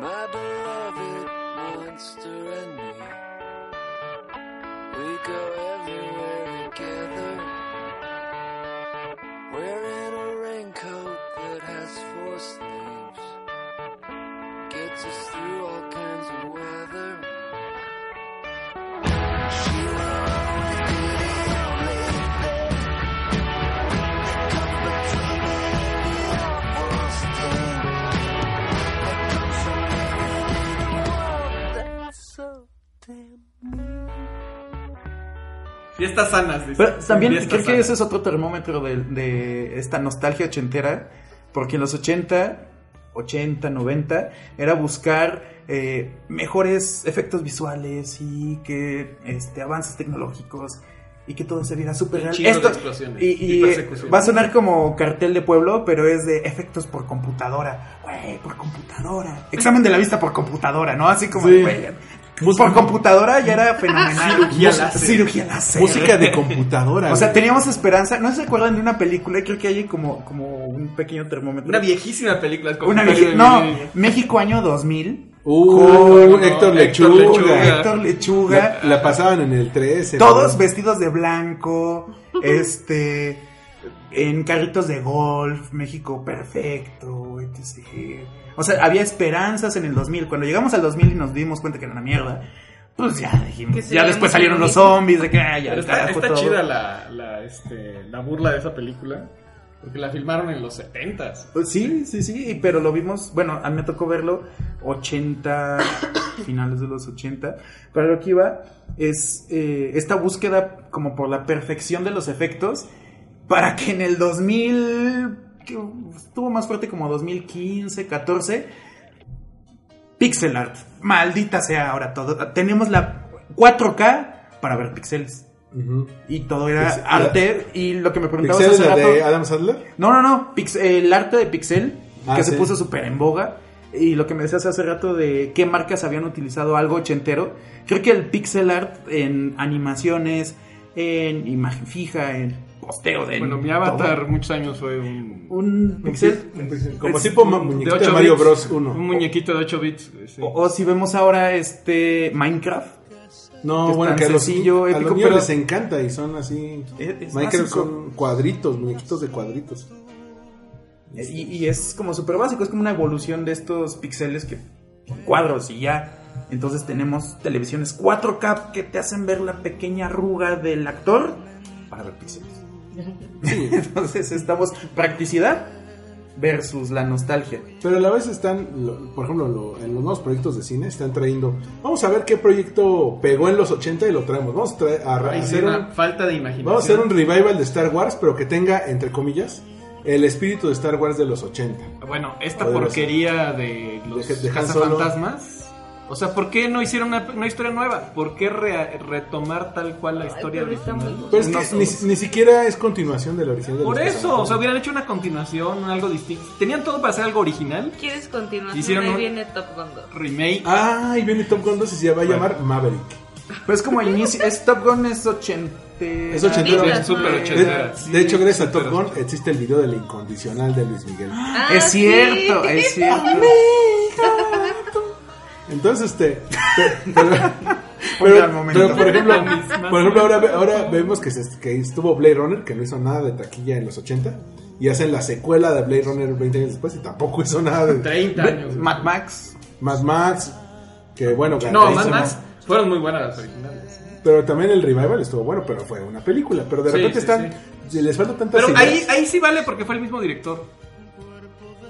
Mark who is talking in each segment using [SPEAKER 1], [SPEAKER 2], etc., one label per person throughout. [SPEAKER 1] My beloved monster and me. We go everywhere together. Wearing a raincoat that has four sleeves. Gets us through all kinds of weather. She will always be the only thing that comes between me and the almost thing.
[SPEAKER 2] Fiestas sanas, dice.
[SPEAKER 3] Pero también
[SPEAKER 2] Fiestas
[SPEAKER 3] creo que
[SPEAKER 2] sanas.
[SPEAKER 3] ese es otro termómetro de, de esta nostalgia ochentera, porque en los 80, 80, 90, era buscar eh, mejores efectos visuales y que este, avances tecnológicos y que todo se viera súper real.
[SPEAKER 2] chingo de explosiones
[SPEAKER 3] y,
[SPEAKER 2] y
[SPEAKER 3] y, eh,
[SPEAKER 2] persecuciones.
[SPEAKER 3] va a sonar como cartel de pueblo, pero es de efectos por computadora. Güey, por computadora. Examen de la vista por computadora, ¿no? Así como,
[SPEAKER 4] Sí.
[SPEAKER 3] güey,
[SPEAKER 4] Música-
[SPEAKER 3] por computadora ya era fenomenal.
[SPEAKER 2] Cirugía
[SPEAKER 3] Música-
[SPEAKER 2] láser.
[SPEAKER 3] Cirugía láser.
[SPEAKER 4] Música de computadora.
[SPEAKER 3] O sea,
[SPEAKER 4] güey.
[SPEAKER 3] teníamos esperanza. ¿No se acuerdan de una película? Creo que hay como, como un pequeño termómetro.
[SPEAKER 2] Una viejísima película. es como
[SPEAKER 3] Una
[SPEAKER 2] un
[SPEAKER 3] vieji-
[SPEAKER 2] periodo
[SPEAKER 3] No,
[SPEAKER 2] de mi-
[SPEAKER 3] México año 2000.
[SPEAKER 4] Uh,
[SPEAKER 2] no,
[SPEAKER 4] Héctor
[SPEAKER 2] Héctor
[SPEAKER 4] Lechuga.
[SPEAKER 2] Lechuga.
[SPEAKER 3] Héctor Lechuga.
[SPEAKER 4] La, la pasaban en el 13.
[SPEAKER 3] todos
[SPEAKER 4] güey.
[SPEAKER 3] vestidos de blanco. este. En carritos de golf. México perfecto. etc. O sea, había esperanzas en el 2000. Cuando llegamos al 2000 y nos dimos cuenta que era una mierda. Pues ya
[SPEAKER 5] Que
[SPEAKER 3] dijimos.
[SPEAKER 5] se
[SPEAKER 3] Ya
[SPEAKER 5] veía
[SPEAKER 3] después
[SPEAKER 5] muy
[SPEAKER 3] salieron los
[SPEAKER 5] bonito.
[SPEAKER 3] zombies. De que, ah, ya,
[SPEAKER 2] Pero
[SPEAKER 3] el
[SPEAKER 2] está,
[SPEAKER 3] carajo
[SPEAKER 2] está
[SPEAKER 3] todo.
[SPEAKER 2] chida la, la, este, la burla de esa película. Porque la filmaron en los 70s.
[SPEAKER 3] Pues Sí, sí, sí, y- pero lo vimos, bueno, a mí me tocó verlo 80, finales de los 80, pero lo que iba es eh, esta búsqueda como por la perfección de los efectos para que en el 2000, que estuvo más fuerte como 2015, 14, pixel art, maldita sea ahora todo, tenemos la 4K para ver pixeles.
[SPEAKER 4] Ujú.
[SPEAKER 3] Y todo era
[SPEAKER 4] Pixel-
[SPEAKER 3] arte. Y lo que me preguntabas
[SPEAKER 4] ¿Pixeles
[SPEAKER 3] hace
[SPEAKER 4] la de
[SPEAKER 3] rato-
[SPEAKER 4] Adam Sandler?
[SPEAKER 3] no, no, no. Pix- el arte de Pixel,
[SPEAKER 4] Ah,
[SPEAKER 3] que
[SPEAKER 4] sí.
[SPEAKER 3] se puso súper en boga. Y lo que me decías hace rato de qué marcas habían utilizado algo ochentero. Creo que el pixel art en animaciones, en imagen fija, en posteo de.
[SPEAKER 2] Bueno, mi
[SPEAKER 3] todo.
[SPEAKER 2] avatar muchos años fue un,
[SPEAKER 3] Un pixel.
[SPEAKER 4] Como
[SPEAKER 3] es-
[SPEAKER 4] tipo ma-
[SPEAKER 2] de
[SPEAKER 4] muñequito de
[SPEAKER 2] ocho
[SPEAKER 4] Mario
[SPEAKER 2] bits.
[SPEAKER 4] Bros. Oh,
[SPEAKER 2] un
[SPEAKER 4] 1.
[SPEAKER 2] muñequito de 8 bits. sí.
[SPEAKER 3] O, o si vemos ahora este Minecraft.
[SPEAKER 4] No,
[SPEAKER 3] que es
[SPEAKER 4] bueno,
[SPEAKER 3] tan
[SPEAKER 4] que a los,
[SPEAKER 3] sencillo,
[SPEAKER 4] a los
[SPEAKER 3] épico,
[SPEAKER 4] niños
[SPEAKER 3] pero-
[SPEAKER 4] les encanta y son así.
[SPEAKER 3] Es- es
[SPEAKER 4] Minecraft
[SPEAKER 3] básico.
[SPEAKER 4] son cuadritos, muñequitos de cuadritos.
[SPEAKER 3] Y, y es como súper básico, es como una evolución de estos pixeles que son cuadros y ya. Entonces tenemos televisiones 4K que te hacen ver la pequeña arruga del actor para ver píxeles.
[SPEAKER 4] Sí.
[SPEAKER 3] Entonces estamos practicidad versus la nostalgia.
[SPEAKER 4] Pero a la vez están, lo- por ejemplo, lo- en los nuevos proyectos de cine están trayendo. Vamos a ver qué proyecto pegó en los 80 y lo traemos. Vamos a, traer- a ra-
[SPEAKER 2] Ahí sí,
[SPEAKER 4] hacer
[SPEAKER 2] una
[SPEAKER 4] un-
[SPEAKER 2] falta de imaginación.
[SPEAKER 4] vamos a hacer un revival de Star Wars, pero que tenga, entre comillas, el espíritu de Star Wars de los 80.
[SPEAKER 2] Bueno, esta
[SPEAKER 4] O de los-
[SPEAKER 2] porquería de los
[SPEAKER 4] de- de Han
[SPEAKER 2] cazafantasmas. O sea, ¿por qué no hicieron una, una historia nueva? ¿Por qué re- retomar tal cual la historia
[SPEAKER 5] pero está
[SPEAKER 2] original?
[SPEAKER 5] muy-
[SPEAKER 4] Pero es
[SPEAKER 3] No
[SPEAKER 4] que ni,
[SPEAKER 3] somos.
[SPEAKER 4] ni siquiera es continuación del original. de
[SPEAKER 2] Por
[SPEAKER 4] los
[SPEAKER 2] eso, o sea,
[SPEAKER 4] Cazafantasmas.
[SPEAKER 2] hubieran hecho una continuación, algo distinto. Tenían todo para hacer algo original.
[SPEAKER 5] ¿Quieres continuar?
[SPEAKER 2] Hicieron
[SPEAKER 5] Ahí
[SPEAKER 2] un-
[SPEAKER 5] viene Top Gun 2.
[SPEAKER 2] Remake.
[SPEAKER 4] Ah, y viene Tom Gunn 2 y se va a llamar Maverick.
[SPEAKER 3] Pero es como el inicio, es Top Gun es 80.
[SPEAKER 4] Es 80.
[SPEAKER 5] Disney.
[SPEAKER 2] Súper
[SPEAKER 4] De,
[SPEAKER 2] ochentera.
[SPEAKER 3] Sí,
[SPEAKER 4] de hecho, gracias a Top
[SPEAKER 2] ochentera.
[SPEAKER 4] Gun existe el video del incondicional de Luis Miguel.
[SPEAKER 5] Ah,
[SPEAKER 3] Es
[SPEAKER 5] sí.
[SPEAKER 3] cierto, es cierto.
[SPEAKER 4] Entonces, este. pe- Pero,
[SPEAKER 3] Ponte
[SPEAKER 4] pero-
[SPEAKER 3] al momento.
[SPEAKER 4] pero, por ejemplo,
[SPEAKER 2] Misma.
[SPEAKER 4] por ejemplo ahora, ve- ahora vemos que, se- que estuvo Blade Runner, que no hizo nada de taquilla en los 80, y hacen la secuela de Blade Runner 20 años después, y tampoco hizo nada de
[SPEAKER 2] 30 años.
[SPEAKER 3] Mad Max.
[SPEAKER 4] Mad Max, que bueno,
[SPEAKER 2] No,
[SPEAKER 4] ganó-
[SPEAKER 2] Mad
[SPEAKER 4] hizo
[SPEAKER 2] Max Fueron muy buenas las originales.
[SPEAKER 4] Pero también el revival estuvo bueno, pero fue una película. Pero de
[SPEAKER 2] Sí,
[SPEAKER 4] repente
[SPEAKER 2] sí,
[SPEAKER 4] están. Les falta tantas
[SPEAKER 2] Pero
[SPEAKER 4] ideas.
[SPEAKER 2] ahí, ahí sí vale porque fue el mismo director.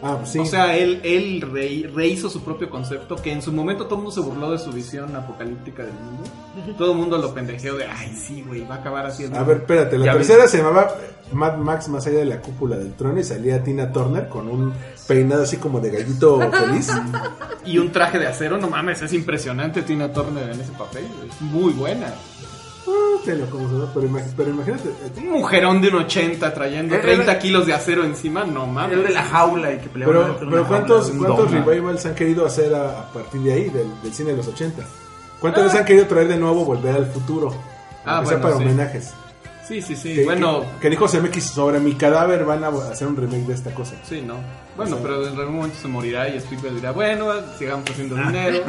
[SPEAKER 4] Ah, pues sí.
[SPEAKER 2] O sea, él, él re- rehizo su propio concepto, que en su momento todo el mundo se burló de su visión apocalíptica del mundo. Todo el mundo lo pendejeó de, ay, sí, güey, va a acabar haciendo...
[SPEAKER 4] a ver, espérate, la
[SPEAKER 2] Ya ves.
[SPEAKER 4] tercera se llamaba Mad Max más allá de la cúpula del trono y salía Tina Turner con un peinado así como de gallito feliz. Ah,
[SPEAKER 2] Y un traje de acero, no mames, es impresionante Tina Turner en ese papel. Es muy buena.
[SPEAKER 4] Ah, te lo como se llama, pero, imag- pero imagínate,
[SPEAKER 2] Un mujerón de un 80 trayendo
[SPEAKER 3] Era-
[SPEAKER 2] 30 kilos de acero encima, no mames.
[SPEAKER 3] El de la jaula y que peleaban
[SPEAKER 4] Pero,
[SPEAKER 3] dentro de
[SPEAKER 4] pero
[SPEAKER 3] una jaula,
[SPEAKER 4] ¿cuántos,
[SPEAKER 3] un
[SPEAKER 4] cuántos
[SPEAKER 3] dogma.
[SPEAKER 4] revivals han querido hacer a, a partir de ahí, del, del cine de los 80? ¿Cuántas veces han querido traer de nuevo Volver al Futuro?
[SPEAKER 2] Ah,
[SPEAKER 4] Aunque sea
[SPEAKER 2] bueno,
[SPEAKER 4] para
[SPEAKER 2] sí.
[SPEAKER 4] homenajes.
[SPEAKER 2] Sí, sí, sí.
[SPEAKER 4] Que-
[SPEAKER 2] bueno,
[SPEAKER 4] Que, que dijo CMX, sobre mi cadáver van a hacer un remake de esta cosa.
[SPEAKER 2] sí, no. Bueno,
[SPEAKER 4] O sea-
[SPEAKER 2] pero en algún momento se morirá y Spielberg dirá, bueno, sigamos haciendo dinero.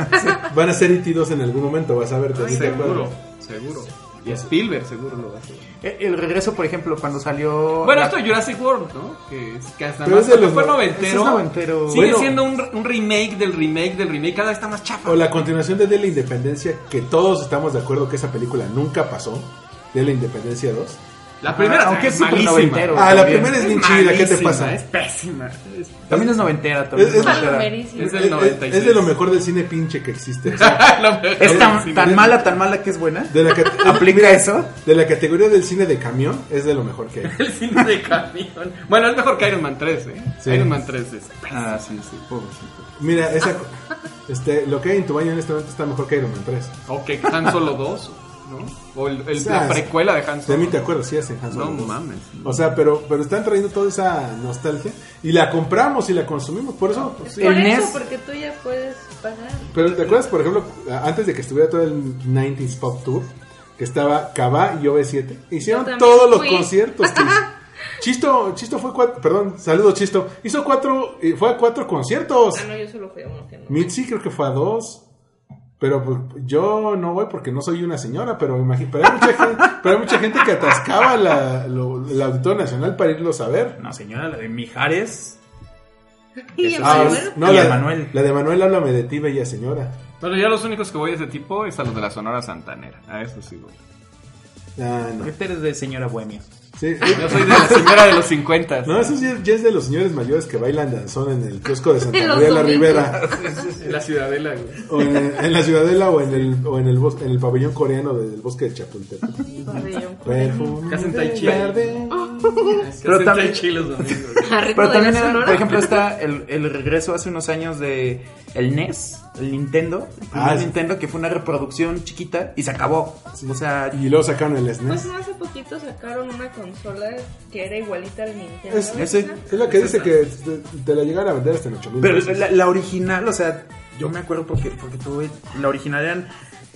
[SPEAKER 4] Van a ser IT2 en algún momento, vas a ver. te- te
[SPEAKER 2] seguro,
[SPEAKER 4] acuerdas.
[SPEAKER 2] seguro. Y Spielberg seguro lo va a hacer.
[SPEAKER 3] Eh, El regreso, por ejemplo, cuando salió.
[SPEAKER 2] Bueno,
[SPEAKER 3] Oh, la-
[SPEAKER 2] esto es Jurassic World, ¿no? Que, es, que hasta
[SPEAKER 4] Pero
[SPEAKER 2] más
[SPEAKER 4] es de
[SPEAKER 2] porque
[SPEAKER 4] los
[SPEAKER 2] fue
[SPEAKER 4] no-
[SPEAKER 2] noventero.
[SPEAKER 3] es noventero.
[SPEAKER 2] Sigue
[SPEAKER 4] Bueno.
[SPEAKER 2] siendo un, un remake del remake del remake. Cada vez está más chafa.
[SPEAKER 4] O la continuación de Día de la Independencia, que todos estamos de acuerdo que esa película nunca pasó, de la Independencia 2.
[SPEAKER 2] La primera
[SPEAKER 3] aunque
[SPEAKER 2] es
[SPEAKER 3] es súper
[SPEAKER 2] malísima.
[SPEAKER 3] noventero.
[SPEAKER 4] Ah, la
[SPEAKER 3] también.
[SPEAKER 4] primera es bien
[SPEAKER 2] malísima, ¿eh?
[SPEAKER 4] chida, ¿qué te pasa?
[SPEAKER 2] Es pésima. Es-
[SPEAKER 3] También es noventera. También
[SPEAKER 4] Es-
[SPEAKER 3] es,
[SPEAKER 4] es-
[SPEAKER 3] noventera.
[SPEAKER 5] Palomerísimo.
[SPEAKER 2] Es
[SPEAKER 4] Es-
[SPEAKER 2] el
[SPEAKER 4] es-
[SPEAKER 2] 96.
[SPEAKER 4] Es de lo mejor del cine pinche que existe. o sea,
[SPEAKER 2] Lo mejor
[SPEAKER 3] Es tan,
[SPEAKER 2] del
[SPEAKER 3] tan
[SPEAKER 2] cine.
[SPEAKER 3] mala, tan mala que es buena.
[SPEAKER 4] de la cate-
[SPEAKER 3] ¿Aplica eso?
[SPEAKER 4] De la categoría del cine de camión, es de lo mejor que hay.
[SPEAKER 2] El cine de camión. Bueno, es mejor que Iron Man 3, ¿eh?
[SPEAKER 4] Sí.
[SPEAKER 2] Iron Man 3 es.
[SPEAKER 3] Ah, sí, sí, pobrecito.
[SPEAKER 4] Mira, esa, este, lo que hay en tu baño en este momento está mejor que Iron Man 3.
[SPEAKER 2] O que Han Solo 2, ¿no? O el, el-
[SPEAKER 4] O sea,
[SPEAKER 2] la precuela de Han
[SPEAKER 4] De mí
[SPEAKER 2] Solo.
[SPEAKER 4] te acuerdas, sí, es en Ah, Han
[SPEAKER 2] No
[SPEAKER 4] Solo.
[SPEAKER 2] mames.
[SPEAKER 4] O sea, pero, pero están trayendo toda esa nostalgia y la compramos y la consumimos. Por eso, pues,
[SPEAKER 5] Es
[SPEAKER 4] sí.
[SPEAKER 5] por
[SPEAKER 3] El
[SPEAKER 5] eso,
[SPEAKER 3] NES.
[SPEAKER 5] porque tú ya puedes pasar.
[SPEAKER 4] Pero ¿te acuerdas, por ejemplo, antes de que estuviera todo el 90s Pop Tour, que estaba Cabá y OV7? Hicieron
[SPEAKER 5] Yo también
[SPEAKER 4] todos los
[SPEAKER 5] fui.
[SPEAKER 4] conciertos. que hizo. Chisto, Chisto fue cuatro, perdón, saludos Chisto. Hizo cuatro, eh, fue a cuatro conciertos.
[SPEAKER 5] Ah, no, yo solo fui a uno que no.
[SPEAKER 4] Mitzi creo que fue a dos. Pero pues, yo no voy porque no soy una señora, pero, me imagino, pero, hay, mucha gente, pero hay mucha gente que atascaba la, lo- el Auditorio Nacional para irlos a ver.
[SPEAKER 3] No, señora, la de Mijares.
[SPEAKER 5] Y
[SPEAKER 3] Ah,
[SPEAKER 4] Ah,
[SPEAKER 5] Emanuel,
[SPEAKER 4] no,
[SPEAKER 3] Y
[SPEAKER 4] la,
[SPEAKER 3] a Manuel.
[SPEAKER 4] la de Manuel, háblame de ti, bella señora.
[SPEAKER 2] Bueno, ya los únicos que voy de ese tipo es a los de la Sonora Santanera. A eso sí voy.
[SPEAKER 4] Ah, no.
[SPEAKER 3] Este eres de señora bohemia.
[SPEAKER 4] Sí,
[SPEAKER 2] Yo soy de la señora de los 50.
[SPEAKER 4] No, eso sí es- ya es de los señores mayores que bailan danzón en el kiosco de Santa
[SPEAKER 5] En los
[SPEAKER 4] María de la
[SPEAKER 5] domingos.
[SPEAKER 4] Ribera,
[SPEAKER 2] En la ciudadela, güey.
[SPEAKER 4] o en, en la Ciudadela, o en el, o en el, bos- en el pabellón coreano del bosque de Chapultepec.
[SPEAKER 5] Correo.
[SPEAKER 4] Perfume
[SPEAKER 2] ¿Qué hacen tai
[SPEAKER 4] de
[SPEAKER 2] chi?
[SPEAKER 4] verde.
[SPEAKER 3] Pero
[SPEAKER 2] Pero
[SPEAKER 3] también-
[SPEAKER 2] también chilos domingos.
[SPEAKER 5] Arreco
[SPEAKER 3] Pero
[SPEAKER 5] de
[SPEAKER 3] también,
[SPEAKER 5] la
[SPEAKER 3] era,
[SPEAKER 5] Sonora.
[SPEAKER 3] por ejemplo, está el, el regreso hace unos años de el NES, el Nintendo, el primer
[SPEAKER 4] Ah, sí.
[SPEAKER 3] Nintendo, que fue una reproducción chiquita y se acabó. O sea,
[SPEAKER 4] Y luego sacaron el
[SPEAKER 5] Pues
[SPEAKER 4] SNES.
[SPEAKER 5] hace poquito sacaron una consola que era igualita al Nintendo.
[SPEAKER 4] Es, es,
[SPEAKER 5] esa.
[SPEAKER 4] es la que dice que te, te la llegaron a vender hasta en 8 mil
[SPEAKER 3] pero la, la original, o sea, yo me acuerdo porque, porque tuve, la original eran,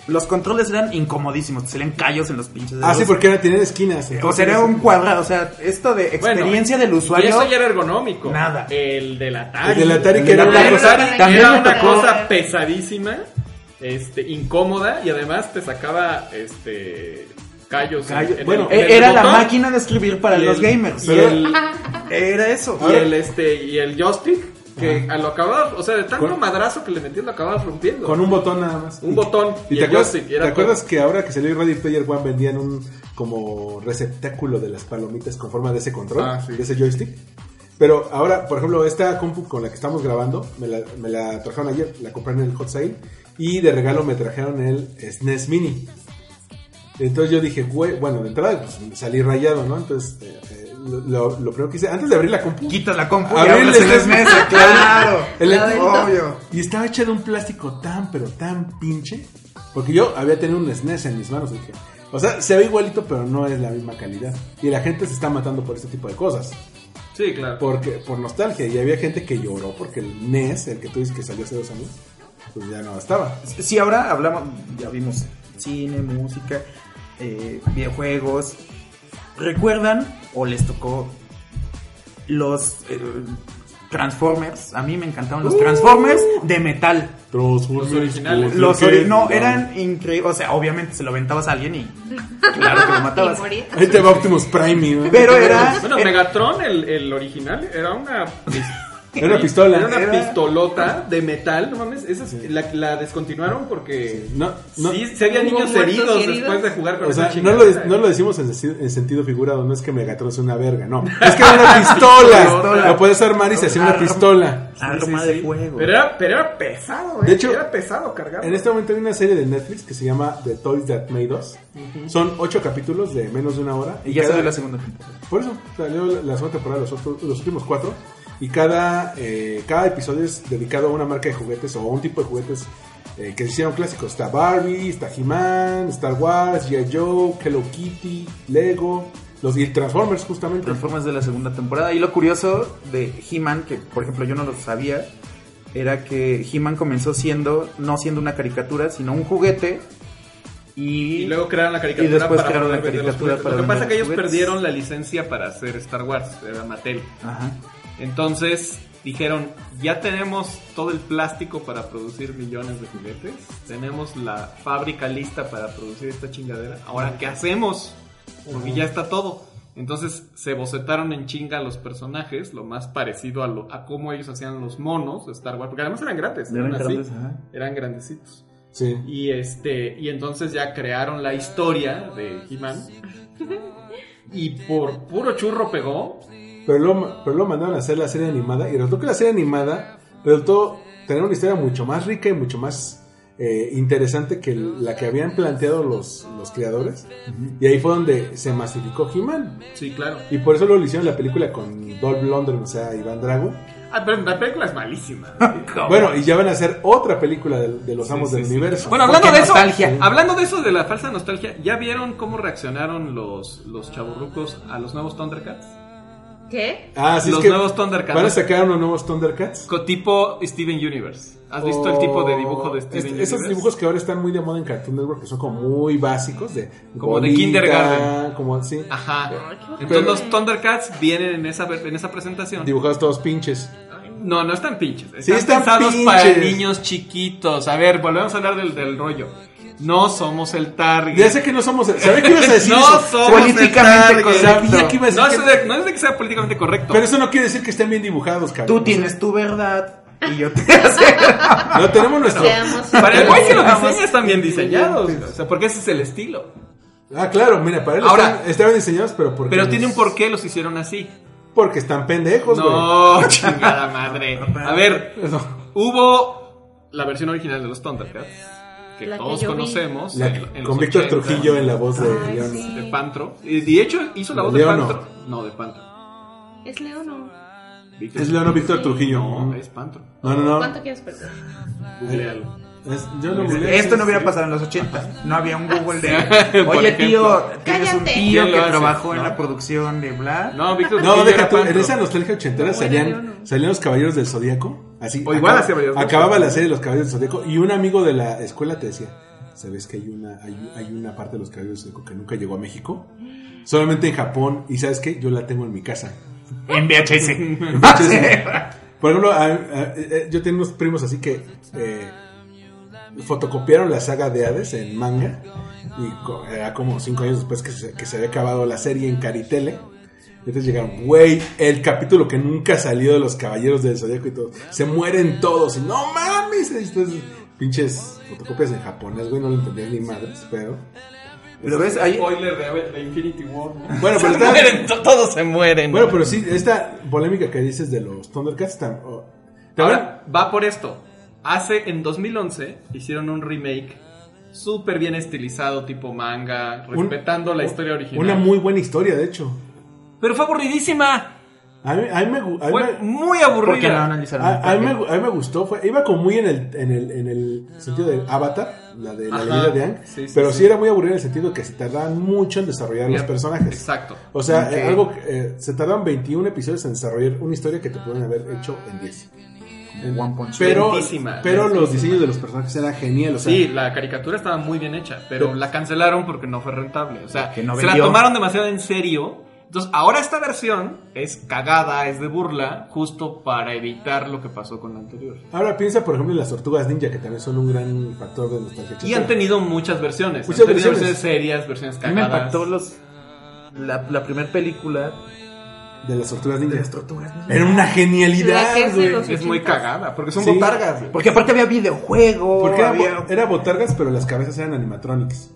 [SPEAKER 3] los controles eran incomodísimos, te salían callos en los pinches dedos.
[SPEAKER 4] Ah, sí, porque ahora tienen esquinas.
[SPEAKER 3] O
[SPEAKER 4] entonces
[SPEAKER 3] sea, era
[SPEAKER 4] eso-
[SPEAKER 3] un cuadrado, o sea, esto de experiencia del
[SPEAKER 2] Y
[SPEAKER 3] usuario...
[SPEAKER 2] eso ya era ergonómico.
[SPEAKER 3] Nada.
[SPEAKER 2] El del Atari.
[SPEAKER 4] El del Atari, que
[SPEAKER 2] El
[SPEAKER 4] era
[SPEAKER 2] del
[SPEAKER 4] una cosa-
[SPEAKER 2] Atari
[SPEAKER 3] también
[SPEAKER 2] era
[SPEAKER 3] me
[SPEAKER 2] una
[SPEAKER 3] tocó.
[SPEAKER 2] cosa pesadísima, este, incómoda y además te sacaba este callos. en-
[SPEAKER 4] Callo-
[SPEAKER 2] en el-
[SPEAKER 4] bueno,
[SPEAKER 2] en el
[SPEAKER 3] e- Era la
[SPEAKER 2] botón
[SPEAKER 3] máquina de escribir para
[SPEAKER 2] y
[SPEAKER 3] los
[SPEAKER 2] el-
[SPEAKER 3] gamers.
[SPEAKER 2] Y el,
[SPEAKER 3] Era eso.
[SPEAKER 2] y el, este y el joystick que a lo acababas, o sea, de tanto
[SPEAKER 4] Con-
[SPEAKER 2] madrazo que le metías lo acababas rompiendo.
[SPEAKER 4] Con un botón nada más.
[SPEAKER 2] Un botón
[SPEAKER 4] ¿Y,
[SPEAKER 2] y el
[SPEAKER 4] te, acuerdas,
[SPEAKER 2] joystick, y
[SPEAKER 4] ¿te
[SPEAKER 2] era
[SPEAKER 4] acuerdas
[SPEAKER 2] todo.
[SPEAKER 4] que ahora que salió Ready Player One vendían un como receptáculo de las palomitas con forma de ese control,
[SPEAKER 2] Ah, sí.
[SPEAKER 4] de ese joystick? Pero ahora, por ejemplo, esta compu con la que estamos grabando, me la, me la trajeron ayer, la compré en el Hot Sale y de regalo me trajeron el SNES Mini. Entonces yo dije, güey, bueno, de entrada pues, salí rayado, ¿no? Entonces, eh, eh, lo, lo primero que hice, antes de abrir la compu,
[SPEAKER 3] Quitas la compu y
[SPEAKER 4] Abrirle
[SPEAKER 3] abres el
[SPEAKER 4] tres
[SPEAKER 3] SNES,
[SPEAKER 4] meses,
[SPEAKER 3] claro.
[SPEAKER 4] El-
[SPEAKER 3] obvio.
[SPEAKER 4] Y estaba hecha de un plástico tan, pero tan pinche. Porque yo había tenido un SNES en mis manos. Dije. O sea, se ve igualito, pero no es la misma calidad. Y la gente se está matando por este tipo de cosas.
[SPEAKER 2] Sí, claro.
[SPEAKER 4] Porque, por nostalgia. Y había gente que lloró porque el NES, el que tú dices que salió hace dos años, pues ya no estaba.
[SPEAKER 3] Si ahora hablamos, ya vimos cine, música, eh, videojuegos. ¿Recuerdan o les tocó los eh, Transformers? A mí me encantaban
[SPEAKER 2] Uh.
[SPEAKER 3] los Transformers de metal.
[SPEAKER 4] Los
[SPEAKER 2] originales.
[SPEAKER 3] Los ori- no, eran increíbles. O sea, obviamente se lo aventabas a alguien y claro que lo matabas.
[SPEAKER 5] Y moría.
[SPEAKER 4] Ahí te va Optimus Prime. ¿no?
[SPEAKER 3] Pero era.
[SPEAKER 2] Bueno,
[SPEAKER 3] eh,
[SPEAKER 2] Megatron, el, el original, era una pis-
[SPEAKER 4] Era una pistola.
[SPEAKER 2] Era una
[SPEAKER 4] Era-
[SPEAKER 2] pistolota de metal, no mames. Esa es- la, la descontinuaron porque.
[SPEAKER 4] No, no.
[SPEAKER 2] Sí, se había
[SPEAKER 5] Hubo
[SPEAKER 2] niños
[SPEAKER 5] muertos y
[SPEAKER 2] heridos,
[SPEAKER 5] heridos.
[SPEAKER 2] después de jugar con
[SPEAKER 4] O sea,
[SPEAKER 2] esa
[SPEAKER 4] no lo,
[SPEAKER 2] chingadera.
[SPEAKER 4] no lo decimos en, seci- en sentido figurado, no es que Megatron sea una verga, no. Es que era una pistola.
[SPEAKER 2] Pistola.
[SPEAKER 4] lo puedes armar y se hacía una
[SPEAKER 3] Arma. Ah,
[SPEAKER 4] pistola.
[SPEAKER 3] Arma de fuego.
[SPEAKER 2] Pero era, pero era pesado, güey.
[SPEAKER 4] De hecho,
[SPEAKER 2] era pesado cargarlo.
[SPEAKER 4] En este momento hay una serie de Netflix que se llama The Toys That Made Us. Son ocho capítulos de menos de una hora.
[SPEAKER 3] Y ya
[SPEAKER 4] cada-
[SPEAKER 3] salió la segunda temporada.
[SPEAKER 4] Por eso salió la- la segunda temporada, los, otros- los últimos cuatro. Y cada, eh, cada episodio es dedicado a una marca de juguetes o a un tipo de juguetes eh, que se hicieron clásicos. Está Barbie, está He-Man, Star Wars, G.I. Joe, Hello Kitty, Lego, los y Transformers justamente.
[SPEAKER 3] Transformers de la segunda temporada. Y lo curioso de He-Man, que por ejemplo yo no lo sabía, era que He-Man comenzó siendo, no siendo una caricatura, sino un juguete. Y,
[SPEAKER 2] Y luego crearon la caricatura.
[SPEAKER 3] Y después
[SPEAKER 2] para
[SPEAKER 3] crearon la
[SPEAKER 2] poder vender los
[SPEAKER 3] caricatura
[SPEAKER 2] juguetes.
[SPEAKER 3] para
[SPEAKER 2] Lo que pasa es que
[SPEAKER 3] vender
[SPEAKER 2] ellos
[SPEAKER 3] los juguetes.
[SPEAKER 2] perdieron la licencia para hacer Star Wars, era Mattel.
[SPEAKER 3] Ajá.
[SPEAKER 2] Entonces dijeron, ya tenemos todo el plástico para producir millones de juguetes, tenemos la fábrica lista para producir esta chingadera, ahora ¿qué hacemos? Porque ya está todo. Entonces se bocetaron en chinga los personajes, lo más parecido a, lo, a cómo ellos hacían los monos de Star Wars, porque además eran gratis,
[SPEAKER 3] Ya eran
[SPEAKER 2] eran así,
[SPEAKER 3] grandes, ajá.
[SPEAKER 2] eran grandecitos.
[SPEAKER 4] Sí.
[SPEAKER 2] Y este, y entonces ya crearon la historia de He-Man. Y por puro churro pegó.
[SPEAKER 4] Pero luego, pero luego mandaron a hacer la serie animada y resultó que la serie animada resultó tener una historia mucho más rica y mucho más eh, interesante que la que habían planteado los, los creadores. Y ahí fue donde se masificó He-Man.
[SPEAKER 2] Sí, claro.
[SPEAKER 4] Y por eso lo hicieron la película con Dolph Lundgren, o sea, Iván Drago.
[SPEAKER 2] Ah, pero la película es malísima.
[SPEAKER 4] Bueno, y ya van a hacer otra película de, de los Amos
[SPEAKER 2] sí,
[SPEAKER 4] del
[SPEAKER 2] sí.
[SPEAKER 4] Universo.
[SPEAKER 2] Bueno, hablando
[SPEAKER 3] Porque
[SPEAKER 2] de eso,
[SPEAKER 3] nostalgia.
[SPEAKER 2] hablando de eso de la falsa nostalgia, ¿ya vieron cómo reaccionaron los, los chaburrucos a los nuevos Thundercats?
[SPEAKER 5] ¿Qué?
[SPEAKER 4] ah, sí,
[SPEAKER 2] los
[SPEAKER 4] es que
[SPEAKER 2] nuevos Thundercats.
[SPEAKER 4] van a sacar unos nuevos Thundercats.
[SPEAKER 2] Co- tipo Steven Universe. ¿Has visto el tipo de dibujo de Steven
[SPEAKER 4] Este-
[SPEAKER 2] Universe?
[SPEAKER 4] Esos dibujos que ahora están muy de moda en Cartoon Network, que son como muy básicos, de
[SPEAKER 2] Como de kindergarten.
[SPEAKER 4] como así,
[SPEAKER 2] Ajá. Entonces
[SPEAKER 4] Pero-
[SPEAKER 2] los Thundercats vienen en esa, en esa presentación.
[SPEAKER 4] dibujados todos pinches.
[SPEAKER 2] No, no están pinches. Están,
[SPEAKER 4] Sí, están
[SPEAKER 2] pensados
[SPEAKER 4] pinches.
[SPEAKER 2] para niños chiquitos. A ver, volvemos a hablar del, del rollo. No somos el target.
[SPEAKER 4] Ya sé que no somos, sabía que ibas a decir
[SPEAKER 2] no
[SPEAKER 4] eso.
[SPEAKER 2] somos
[SPEAKER 3] Políticamente
[SPEAKER 2] el target.
[SPEAKER 3] correcto.
[SPEAKER 4] Sabía que iba a decir
[SPEAKER 2] No,
[SPEAKER 4] que-
[SPEAKER 2] eso de- no es de que sea políticamente correcto.
[SPEAKER 4] Pero eso no quiere decir que estén bien dibujados, cabrón.
[SPEAKER 3] Tú tienes tu verdad y yo te hago.
[SPEAKER 4] No tenemos nuestro.
[SPEAKER 5] Seamos.
[SPEAKER 2] para el güey que los
[SPEAKER 3] Vamos.
[SPEAKER 4] pues,
[SPEAKER 2] diseña están bien diseñados. O sea, porque ese es el estilo.
[SPEAKER 4] Ah, claro, mira, para él
[SPEAKER 2] Ahora-
[SPEAKER 4] están- estaban diseñados, pero porque
[SPEAKER 2] Pero tiene un porqué los hicieron así.
[SPEAKER 4] Porque están pendejos, Pues, güey.
[SPEAKER 2] No, chingada madre. A ver,
[SPEAKER 4] No.
[SPEAKER 2] hubo la versión original de los Thundercats. Que
[SPEAKER 5] La que
[SPEAKER 2] todos
[SPEAKER 5] yo vi.
[SPEAKER 2] conocemos.
[SPEAKER 4] La-
[SPEAKER 2] en- en los
[SPEAKER 4] con Víctor
[SPEAKER 2] 80.
[SPEAKER 4] Trujillo en la voz de
[SPEAKER 5] Ay,
[SPEAKER 4] León.
[SPEAKER 5] sí.
[SPEAKER 2] De Pantro. Y de hecho hizo la voz de
[SPEAKER 4] León,
[SPEAKER 2] Pantro. No, de Pantro.
[SPEAKER 5] ¿Es Leo
[SPEAKER 3] Ah.
[SPEAKER 5] no?
[SPEAKER 2] Víctor
[SPEAKER 4] Es León o Víctor Trujillo.
[SPEAKER 2] No, es Pantro.
[SPEAKER 4] No, no, no.
[SPEAKER 5] ¿Cuánto quieres perder?
[SPEAKER 2] Googlealo.
[SPEAKER 4] Es- yo no googleé.
[SPEAKER 3] Esto no hubiera pasado en los 80. No había un Google de.
[SPEAKER 2] Por
[SPEAKER 3] Oye,
[SPEAKER 2] ejemplo.
[SPEAKER 3] tío, tienes un
[SPEAKER 5] Cállate.
[SPEAKER 3] tío
[SPEAKER 2] ¿Quién lo
[SPEAKER 3] que
[SPEAKER 2] hace?
[SPEAKER 3] trabajó en
[SPEAKER 2] No.
[SPEAKER 3] la producción de Bla.
[SPEAKER 2] No, Víctor
[SPEAKER 4] No,
[SPEAKER 2] Trujillo
[SPEAKER 4] deja
[SPEAKER 2] era
[SPEAKER 4] tú. En
[SPEAKER 2] Pantro.
[SPEAKER 4] esa nostalgia ochentera
[SPEAKER 5] No,
[SPEAKER 4] salían,
[SPEAKER 5] era León, no.
[SPEAKER 4] salían los Caballeros del Zodíaco. Así,
[SPEAKER 2] O igual
[SPEAKER 4] acaba-
[SPEAKER 2] hacía varios-
[SPEAKER 4] acababa la serie de los Caballeros del Zodíaco y un amigo de la escuela te decía, ¿sabes que hay una, hay, hay una parte de los Caballeros del Zodíaco que nunca llegó a México? Solamente en Japón y ¿sabes qué? Yo la tengo en mi casa.
[SPEAKER 2] Ah,
[SPEAKER 3] En VHS.
[SPEAKER 4] Entonces, por ejemplo, a- a- eh, yo tengo unos primos así que eh, fotocopiaron la saga de Hades en manga. Y co- era como cinco años después que se, que se había acabado la serie en Caritele. Entonces llegaron, güey, el capítulo que nunca salió de los Caballeros del Zodíaco y todo. Se mueren todos. Y no mames. Entonces, pinches fotocopias en japonés, güey, no lo entendía ni madres, pero.
[SPEAKER 3] Lo ves, ahí,
[SPEAKER 2] Spoiler de, de Infinity War. ¿no?
[SPEAKER 4] Bueno, pero está-
[SPEAKER 2] Mueren, to- todos se mueren.
[SPEAKER 4] bueno, pero sí, esta polémica que dices de los Thundercats. tan- o-
[SPEAKER 2] Ahora va por esto. Hace en 2011 hicieron un remake súper bien estilizado, tipo manga,
[SPEAKER 4] Un-
[SPEAKER 2] respetando la historia original.
[SPEAKER 4] Una muy buena historia, de hecho.
[SPEAKER 2] Pero fue aburridísima.
[SPEAKER 4] A mí, a mí me, gu- a mí
[SPEAKER 2] Fue
[SPEAKER 4] me-
[SPEAKER 2] muy
[SPEAKER 3] porque no
[SPEAKER 2] aburrida.
[SPEAKER 3] analizaron.
[SPEAKER 4] a- a mí me gu- a mí me gustó. Fue, iba como muy en el, en el, en el sentido de Avatar, la de la
[SPEAKER 2] Ajá.
[SPEAKER 4] leyenda de Ang.
[SPEAKER 2] Sí, sí,
[SPEAKER 4] pero sí,
[SPEAKER 2] sí.
[SPEAKER 4] era muy aburrido en el sentido que se tardaban mucho en desarrollar los
[SPEAKER 2] Ya,
[SPEAKER 4] personajes.
[SPEAKER 2] Exacto.
[SPEAKER 4] O sea,
[SPEAKER 3] Ok.
[SPEAKER 4] eh, algo que, eh, se tardan 21 episodios en desarrollar una historia que te pueden haber hecho en 10. En-
[SPEAKER 3] One Punch
[SPEAKER 4] pero
[SPEAKER 2] Lentísima,
[SPEAKER 4] pero los
[SPEAKER 2] lentísima.
[SPEAKER 4] diseños de los personajes eran genial. O sea,
[SPEAKER 2] Sí, la caricatura estaba muy bien hecha, pero
[SPEAKER 4] Pero-
[SPEAKER 2] la cancelaron porque no fue rentable. O sea,
[SPEAKER 3] Que no
[SPEAKER 2] se la
[SPEAKER 3] vendió.
[SPEAKER 2] tomaron demasiado en serio. Entonces, ahora esta versión es cagada, es de burla, justo para evitar lo que pasó con la anterior.
[SPEAKER 4] Ahora piensa, por ejemplo, en las tortugas ninja, que también son un gran factor de nostalgia.
[SPEAKER 2] Y han tenido muchas versiones.
[SPEAKER 4] Muchas
[SPEAKER 2] han tenido
[SPEAKER 4] versiones.
[SPEAKER 2] versiones serias, versiones
[SPEAKER 3] A mí me
[SPEAKER 2] cagadas.
[SPEAKER 3] impactó los, la, la primera película
[SPEAKER 4] de las tortugas ninja.
[SPEAKER 3] De las tortugas. ¿no?
[SPEAKER 4] Era una
[SPEAKER 5] La
[SPEAKER 4] genialidad,
[SPEAKER 5] que es de
[SPEAKER 4] güey.
[SPEAKER 5] los-
[SPEAKER 2] Es muy cagada, porque son
[SPEAKER 4] Sí.
[SPEAKER 2] botargas. güey.
[SPEAKER 3] Porque aparte había videojuego.
[SPEAKER 4] Porque era,
[SPEAKER 3] había-
[SPEAKER 4] bo- era botargas, pero las cabezas eran animatronics.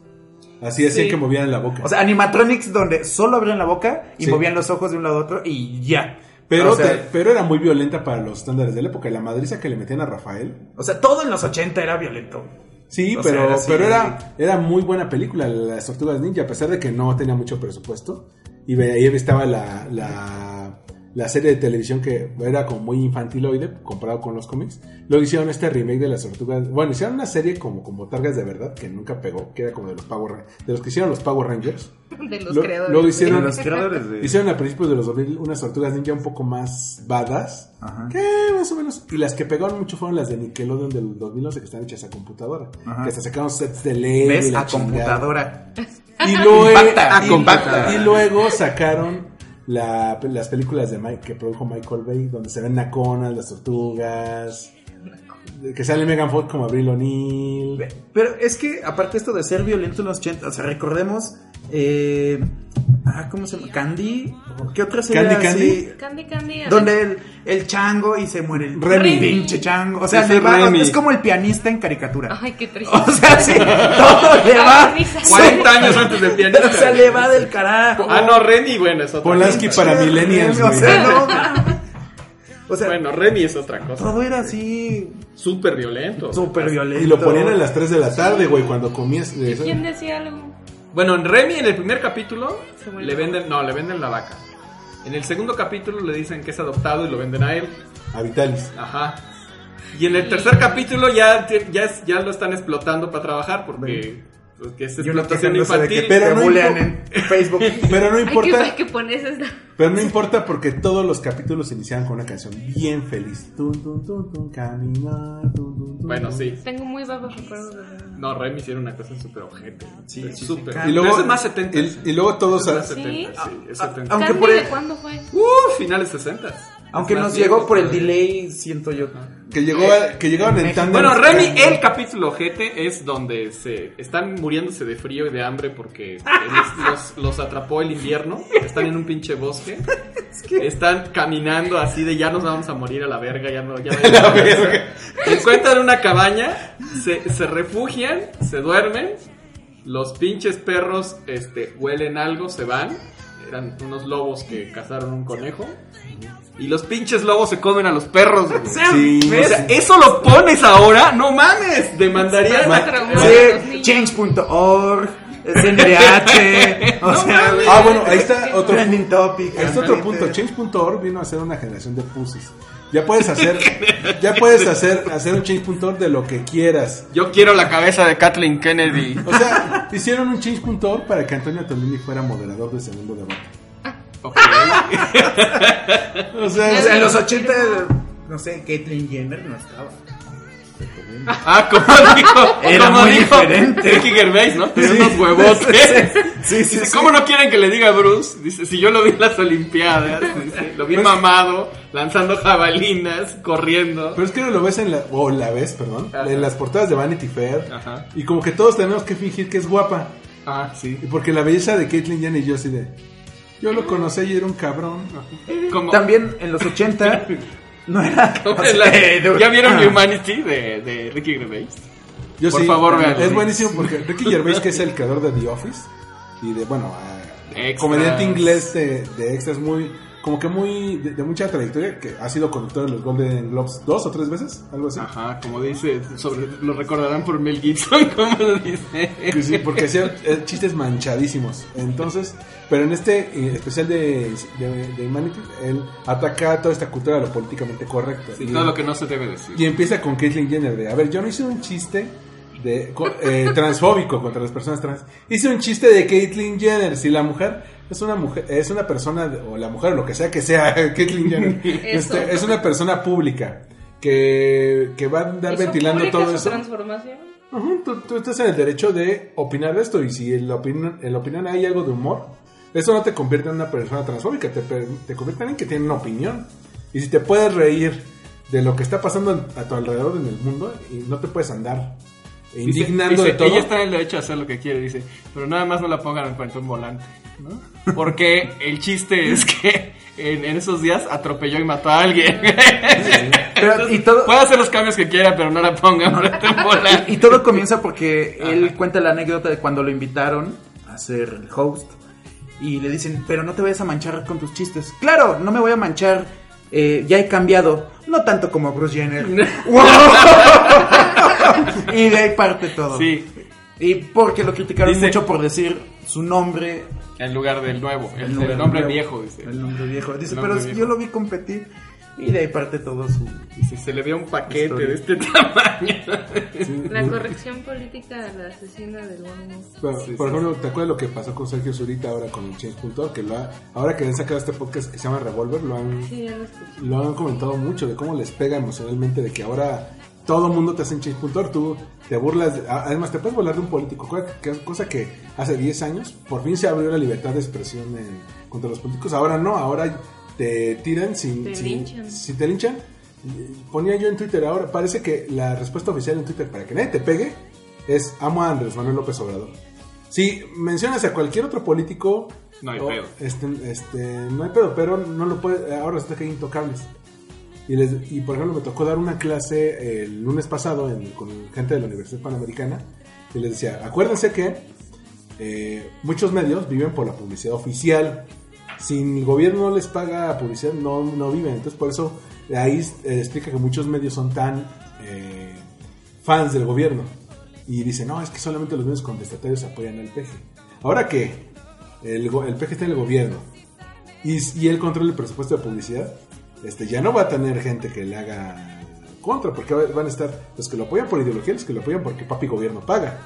[SPEAKER 4] Así hacían
[SPEAKER 5] Sí.
[SPEAKER 4] que movían la boca.
[SPEAKER 3] O sea, animatronics donde solo abrían la boca y
[SPEAKER 4] Sí.
[SPEAKER 3] movían los ojos de un lado a otro y ya.
[SPEAKER 4] pero,
[SPEAKER 3] o sea,
[SPEAKER 4] te- pero era muy violenta para los estándares de la época. La madriza que le metían a Rafael.
[SPEAKER 3] o sea, todo en los 80 era violento.
[SPEAKER 4] Sí,
[SPEAKER 3] O sea,
[SPEAKER 4] pero,
[SPEAKER 3] era así.
[SPEAKER 4] pero era, era muy buena película, Las Tortugas Ninja, a pesar de que no tenía mucho presupuesto. Y ve- ahí estaba la, la, la serie de televisión que era como muy infantiloide comparado con los cómics. Luego hicieron este remake de Las Tortugas. Bueno, hicieron una serie como con botargas de verdad que nunca pegó, que era como de los Power Ran- de los que hicieron los Power Rangers.
[SPEAKER 5] de los
[SPEAKER 4] Lo-
[SPEAKER 5] creadores.
[SPEAKER 4] luego
[SPEAKER 5] de-
[SPEAKER 4] hicieron-
[SPEAKER 3] los creadores de.
[SPEAKER 4] Hicieron a principios de los 2000 unas tortugas ninja un poco más badas.
[SPEAKER 3] Ajá.
[SPEAKER 4] Que más o menos. Y las que pegaron mucho fueron las de Nickelodeon del 2011 que están hechas a computadora.
[SPEAKER 3] Ajá.
[SPEAKER 4] Que hasta sacaron sets de LED. y
[SPEAKER 3] ¿Ves?
[SPEAKER 4] la
[SPEAKER 3] A
[SPEAKER 4] chingada.
[SPEAKER 3] computadora.
[SPEAKER 4] Y luego,
[SPEAKER 3] Impacta,
[SPEAKER 4] y-
[SPEAKER 3] impacta.
[SPEAKER 4] y luego sacaron la- las películas de Mike, que produjo Michael Bay, donde se ven Naconas, las tortugas. Que sale Megan Fox como Abril O'Neill.
[SPEAKER 3] Pero es que, aparte esto de ser violento en los 80, o sea, recordemos. Eh, ah, ¿Cómo se llama? ¿Candy? ¿Qué otra serie?
[SPEAKER 4] ¿Candy,
[SPEAKER 3] era
[SPEAKER 4] Candy?
[SPEAKER 3] así?
[SPEAKER 5] Candy Candy.
[SPEAKER 3] Donde el, el chango y se muere el
[SPEAKER 4] Remy.
[SPEAKER 3] pinche chango. O sea,
[SPEAKER 4] Ese
[SPEAKER 3] le va-
[SPEAKER 4] Remy.
[SPEAKER 3] es como el pianista en caricatura.
[SPEAKER 5] Ay, qué triste.
[SPEAKER 3] O sea, sí, todo le va.
[SPEAKER 5] Agonizante.
[SPEAKER 2] 40 años antes del pianista.
[SPEAKER 3] O sea, le va del carajo.
[SPEAKER 2] Ah, no, Remy, bueno, es otra
[SPEAKER 4] Polanski
[SPEAKER 2] cosa.
[SPEAKER 4] para millennials.
[SPEAKER 3] O
[SPEAKER 4] güey.
[SPEAKER 3] sea, no. O sea,
[SPEAKER 2] Bueno, Remy es otra cosa.
[SPEAKER 3] todo era así
[SPEAKER 2] Súper violento.
[SPEAKER 3] súper violento.
[SPEAKER 4] Y lo ponían a las 3 de la tarde, güey, cuando comías. de eso.
[SPEAKER 5] ¿Quién decía algo?
[SPEAKER 2] Bueno, en Remy, en el primer capítulo,
[SPEAKER 5] Se vuelve
[SPEAKER 2] le venden, no, le venden la vaca. En el segundo capítulo le dicen que es adoptado y lo venden a él.
[SPEAKER 4] A Vitalis.
[SPEAKER 2] Ajá. Y en el tercer capítulo ya, te- ya, es- ya lo están explotando para trabajar porque, porque es
[SPEAKER 3] Y uno
[SPEAKER 2] explotación
[SPEAKER 3] quejándose de que
[SPEAKER 2] infantil.
[SPEAKER 4] pero
[SPEAKER 3] te
[SPEAKER 4] no
[SPEAKER 3] bulean
[SPEAKER 4] impo-
[SPEAKER 3] en Facebook.
[SPEAKER 4] Pero no
[SPEAKER 5] Ay, qué
[SPEAKER 4] importa.
[SPEAKER 5] mal que pones esta.
[SPEAKER 4] Pero no importa porque todos los capítulos se iniciaban con una canción bien feliz. Tun, tun, tun, tun, caminar, tun, tun, tun,
[SPEAKER 2] Bueno,
[SPEAKER 4] tun.
[SPEAKER 2] sí.
[SPEAKER 5] Tengo muy vagos recuerdos de
[SPEAKER 2] No, Remy hicieron una cosa súper ojete. Sí,
[SPEAKER 3] sí,
[SPEAKER 2] súper.
[SPEAKER 3] sí.
[SPEAKER 2] Pero
[SPEAKER 4] Y luego,
[SPEAKER 2] es más 70.
[SPEAKER 4] y- y luego todos
[SPEAKER 2] Es más
[SPEAKER 5] a-
[SPEAKER 2] 70, sí, Ah, es 70.
[SPEAKER 3] Aunque
[SPEAKER 5] ¿Candy
[SPEAKER 3] por el-
[SPEAKER 5] de cuándo fue?
[SPEAKER 2] Uh, finales 60.
[SPEAKER 3] Aunque
[SPEAKER 2] Es más
[SPEAKER 3] nos llegó
[SPEAKER 2] viejo
[SPEAKER 3] por el
[SPEAKER 2] todavía.
[SPEAKER 3] delay, siento yo.
[SPEAKER 4] Que, llegó a- que llegaban en tándem.
[SPEAKER 2] Bueno, Remy, el capítulo ojete es donde se están muriéndose de frío y de hambre porque les- los, los atrapó el invierno. Están en un pinche bosque. Están caminando así de ya nos vamos a morir a la verga, ya no, ya no hay nada que hacer". Encuentran una cabaña, se, se refugian, se duermen. Los pinches perros este, huelen algo, se van. Eran unos lobos que cazaron un conejo. Y los pinches lobos se comen a los perros. güey.
[SPEAKER 4] Sí,
[SPEAKER 2] O sea,
[SPEAKER 4] sí.
[SPEAKER 2] eso lo pones ahora, no mames, demandarías.
[SPEAKER 5] Ma-
[SPEAKER 2] a-
[SPEAKER 5] Bueno, los
[SPEAKER 3] Sí,
[SPEAKER 5] niños.
[SPEAKER 3] change.org, CNDH, o sea,
[SPEAKER 2] eh,
[SPEAKER 4] Ah, bueno, ahí está otro, pu-
[SPEAKER 3] trending topic.
[SPEAKER 4] ahí está otro punto. Change.org vino a ser una generación de pussies. Ya puedes hacer, ya puedes hacer, hacer un change.org de lo que quieras.
[SPEAKER 2] Yo quiero la cabeza de Kathleen Kennedy.
[SPEAKER 4] O sea, hicieron un change.org para que Antonio Tolini fuera moderador de segundo debate.
[SPEAKER 2] Ok.
[SPEAKER 4] O sea,
[SPEAKER 3] O sea, en los 80, no sé, Caitlyn Jenner no estaba.
[SPEAKER 2] Ah, como dijo,
[SPEAKER 3] Era
[SPEAKER 2] como
[SPEAKER 3] muy
[SPEAKER 2] dijo
[SPEAKER 3] diferente.
[SPEAKER 2] Ricky Gervais, ¿no? Tenía
[SPEAKER 3] Sí.
[SPEAKER 2] unos huevotes.
[SPEAKER 3] Sí, sí,
[SPEAKER 2] Dice,
[SPEAKER 3] sí.
[SPEAKER 2] ¿cómo no quieren que le diga a Bruce? Dice, si yo lo vi en las Olimpiadas, dice, lo vi mamado, lanzando jabalinas, corriendo.
[SPEAKER 4] Pero es que no lo ves en la. O la ves, perdón.
[SPEAKER 2] Ajá.
[SPEAKER 4] En las portadas de Vanity Fair.
[SPEAKER 2] Ajá.
[SPEAKER 4] Y como que todos tenemos que fingir que es guapa.
[SPEAKER 2] Ah, sí.
[SPEAKER 4] Y porque la belleza de Caitlyn Jenner y yo así de. Yo lo conocí y era un cabrón.
[SPEAKER 2] Como,
[SPEAKER 3] También en los 80 no era.
[SPEAKER 2] como
[SPEAKER 3] o
[SPEAKER 2] en la-
[SPEAKER 3] sea, de-
[SPEAKER 2] ¿Ya vieron
[SPEAKER 3] Ah.
[SPEAKER 2] Humanity de, de Ricky Gervais?
[SPEAKER 4] Yo
[SPEAKER 2] Por
[SPEAKER 4] sí.
[SPEAKER 2] favor, véanlo.
[SPEAKER 4] Es buenísimo porque Ricky Gervais, que es el creador de The Office. Y de, bueno, eh,
[SPEAKER 2] Extras.
[SPEAKER 4] comediante inglés de, de extras muy. Como que muy. De, de mucha trayectoria. Que ha sido conductor de los Golden Globes dos o tres veces. Algo así.
[SPEAKER 2] Ajá, como dice, sobre, lo recordarán por Mel Gibson, como lo dice.
[SPEAKER 4] Que sí, porque hacían eh, chistes manchadísimos. Entonces, pero en este eh, especial de, de, de Humanity, él ataca toda esta cultura de lo políticamente correcto.
[SPEAKER 2] Sí,
[SPEAKER 4] y,
[SPEAKER 2] todo lo que no se debe decir.
[SPEAKER 4] y empieza con Caitlyn Jenner de, a ver, yo no hice un chiste de co- eh, transfóbico contra las personas trans. Hice un chiste de Caitlyn Jenner. Si la mujer es una mujer, es una persona, de- o la mujer, lo que sea que sea, Caitlyn Jenner,
[SPEAKER 5] Eso.
[SPEAKER 4] este, es una persona pública. Que, que va a andar
[SPEAKER 5] ¿Hizo
[SPEAKER 4] ventilando
[SPEAKER 5] pública
[SPEAKER 4] todo
[SPEAKER 5] su
[SPEAKER 4] eso.
[SPEAKER 5] transformación?
[SPEAKER 4] Ujú, tú, tú estás en el derecho de opinar de esto y si en la, opinión, en la opinión hay algo de humor, eso no te convierte en una persona transfóbica, te, per- te convierte en alguien que tiene una opinión. Y si te puedes reír de lo que está pasando en- a tu alrededor en el mundo y no te puedes andar e
[SPEAKER 2] Dice-
[SPEAKER 4] indignando
[SPEAKER 2] dice,
[SPEAKER 4] de todo.
[SPEAKER 2] Ella está en el derecho de hacer lo que quiere, dice. Pero nada más no la pongan en cuanto un volante. ¿no? Porque el chiste es que en, en esos días atropelló y mató a alguien.
[SPEAKER 3] Pero, y todo,
[SPEAKER 2] Puede hacer los cambios que quiera, pero no la pongan frente a un volante.
[SPEAKER 3] Y todo comienza porque él cuenta la anécdota de cuando lo invitaron a ser el host y le dicen, pero no te vayas a manchar con tus chistes. Claro, no me voy a manchar, eh, ya he cambiado, no tanto como Bruce Jenner. ¡Wow! y de ahí parte todo.
[SPEAKER 2] Sí,
[SPEAKER 3] Y porque lo criticaron
[SPEAKER 2] Dice-
[SPEAKER 3] mucho por decir su nombre.
[SPEAKER 2] en lugar del nuevo, el, el
[SPEAKER 3] del
[SPEAKER 2] nombre
[SPEAKER 3] nuevo.
[SPEAKER 2] viejo, dice.
[SPEAKER 3] El nombre viejo. Dice,
[SPEAKER 2] El
[SPEAKER 3] pero
[SPEAKER 2] nombre
[SPEAKER 3] yo
[SPEAKER 2] viejo".
[SPEAKER 3] lo vi competir. Y de ahí parte todo su...
[SPEAKER 2] Dice, se le ve un paquete
[SPEAKER 3] Historia.
[SPEAKER 2] de este tamaño.
[SPEAKER 5] La corrección política de la asesina del buen humor.
[SPEAKER 4] Pero, por ejemplo, ¿te acuerdas lo que pasó con Sergio Zurita ahora con el Change.org? Que lo ha- ahora que han sacado este podcast que se llama Revolver, lo han,
[SPEAKER 5] Sí, ya lo escuché.
[SPEAKER 4] lo han comentado mucho de cómo les pega emocionalmente de que ahora todo mundo te hace en Change.org, tú te burlas, de- a- además te puedes burlar de un político, cosa que- cosa que hace 10 años por fin se abrió la libertad de expresión en- contra los políticos, ahora no, ahora te tiran sin...
[SPEAKER 5] Te
[SPEAKER 4] sin-
[SPEAKER 5] linchan.
[SPEAKER 4] Si te linchan, eh, ponía yo en Twitter ahora, parece que la respuesta oficial en Twitter para que nadie te pegue es amo a Andrés Manuel López Obrador. Si mencionas a cualquier otro político...
[SPEAKER 2] No hay
[SPEAKER 4] o-
[SPEAKER 2] pedo.
[SPEAKER 4] Este, este, no hay pedo, pero no lo puede, ahora resulta que hay intocables. Y, les- y, por ejemplo, me tocó dar una clase el lunes pasado en- con gente de la Universidad Panamericana. Y les decía, acuérdense que eh, muchos medios viven por la publicidad oficial. Si el gobierno no les paga publicidad, no, no viven. Entonces, por eso ahí eh, explica que muchos medios son tan eh, fans del gobierno. Y dicen, no, es que solamente los medios contestatarios apoyan al PG. Ahora que el, go- el PG está en el gobierno y, y él controla el presupuesto de publicidad, este, ya no va a tener gente que le haga contra, porque va- van a estar los que lo apoyan por ideología, los que lo apoyan porque papi gobierno paga.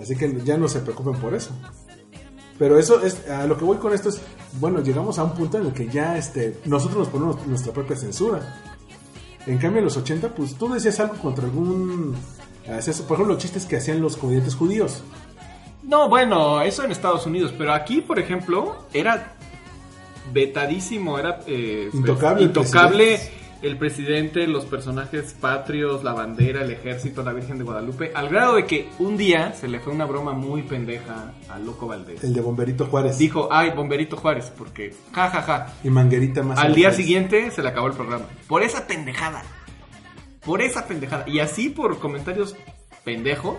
[SPEAKER 4] Así que ya no se preocupen por eso. Pero eso es, a lo que voy con esto es, bueno, llegamos a un punto en el que ya este, nosotros nos ponemos nuestra propia censura. En cambio, en los 80, pues tú decías algo contra algún... eh, hacías- por ejemplo, los chistes que hacían los comediantes judíos.
[SPEAKER 2] No, bueno, eso en Estados Unidos, pero aquí, por ejemplo, era vetadísimo, era eh, pues,
[SPEAKER 4] Intocable el
[SPEAKER 2] intocable el presidente, los personajes patrios, la bandera, el ejército, la Virgen de Guadalupe, al grado de que un día se le fue una broma muy pendeja al loco Valdés.
[SPEAKER 4] El de Bomberito Juárez
[SPEAKER 2] Dijo, ay, Bomberito Juárez, porque ja, ja, ja.
[SPEAKER 4] y Manguerita más.
[SPEAKER 2] Al día
[SPEAKER 4] Juárez.
[SPEAKER 2] siguiente se le acabó el programa. Por esa pendejada. Por esa pendejada. Y así por comentarios pendejos.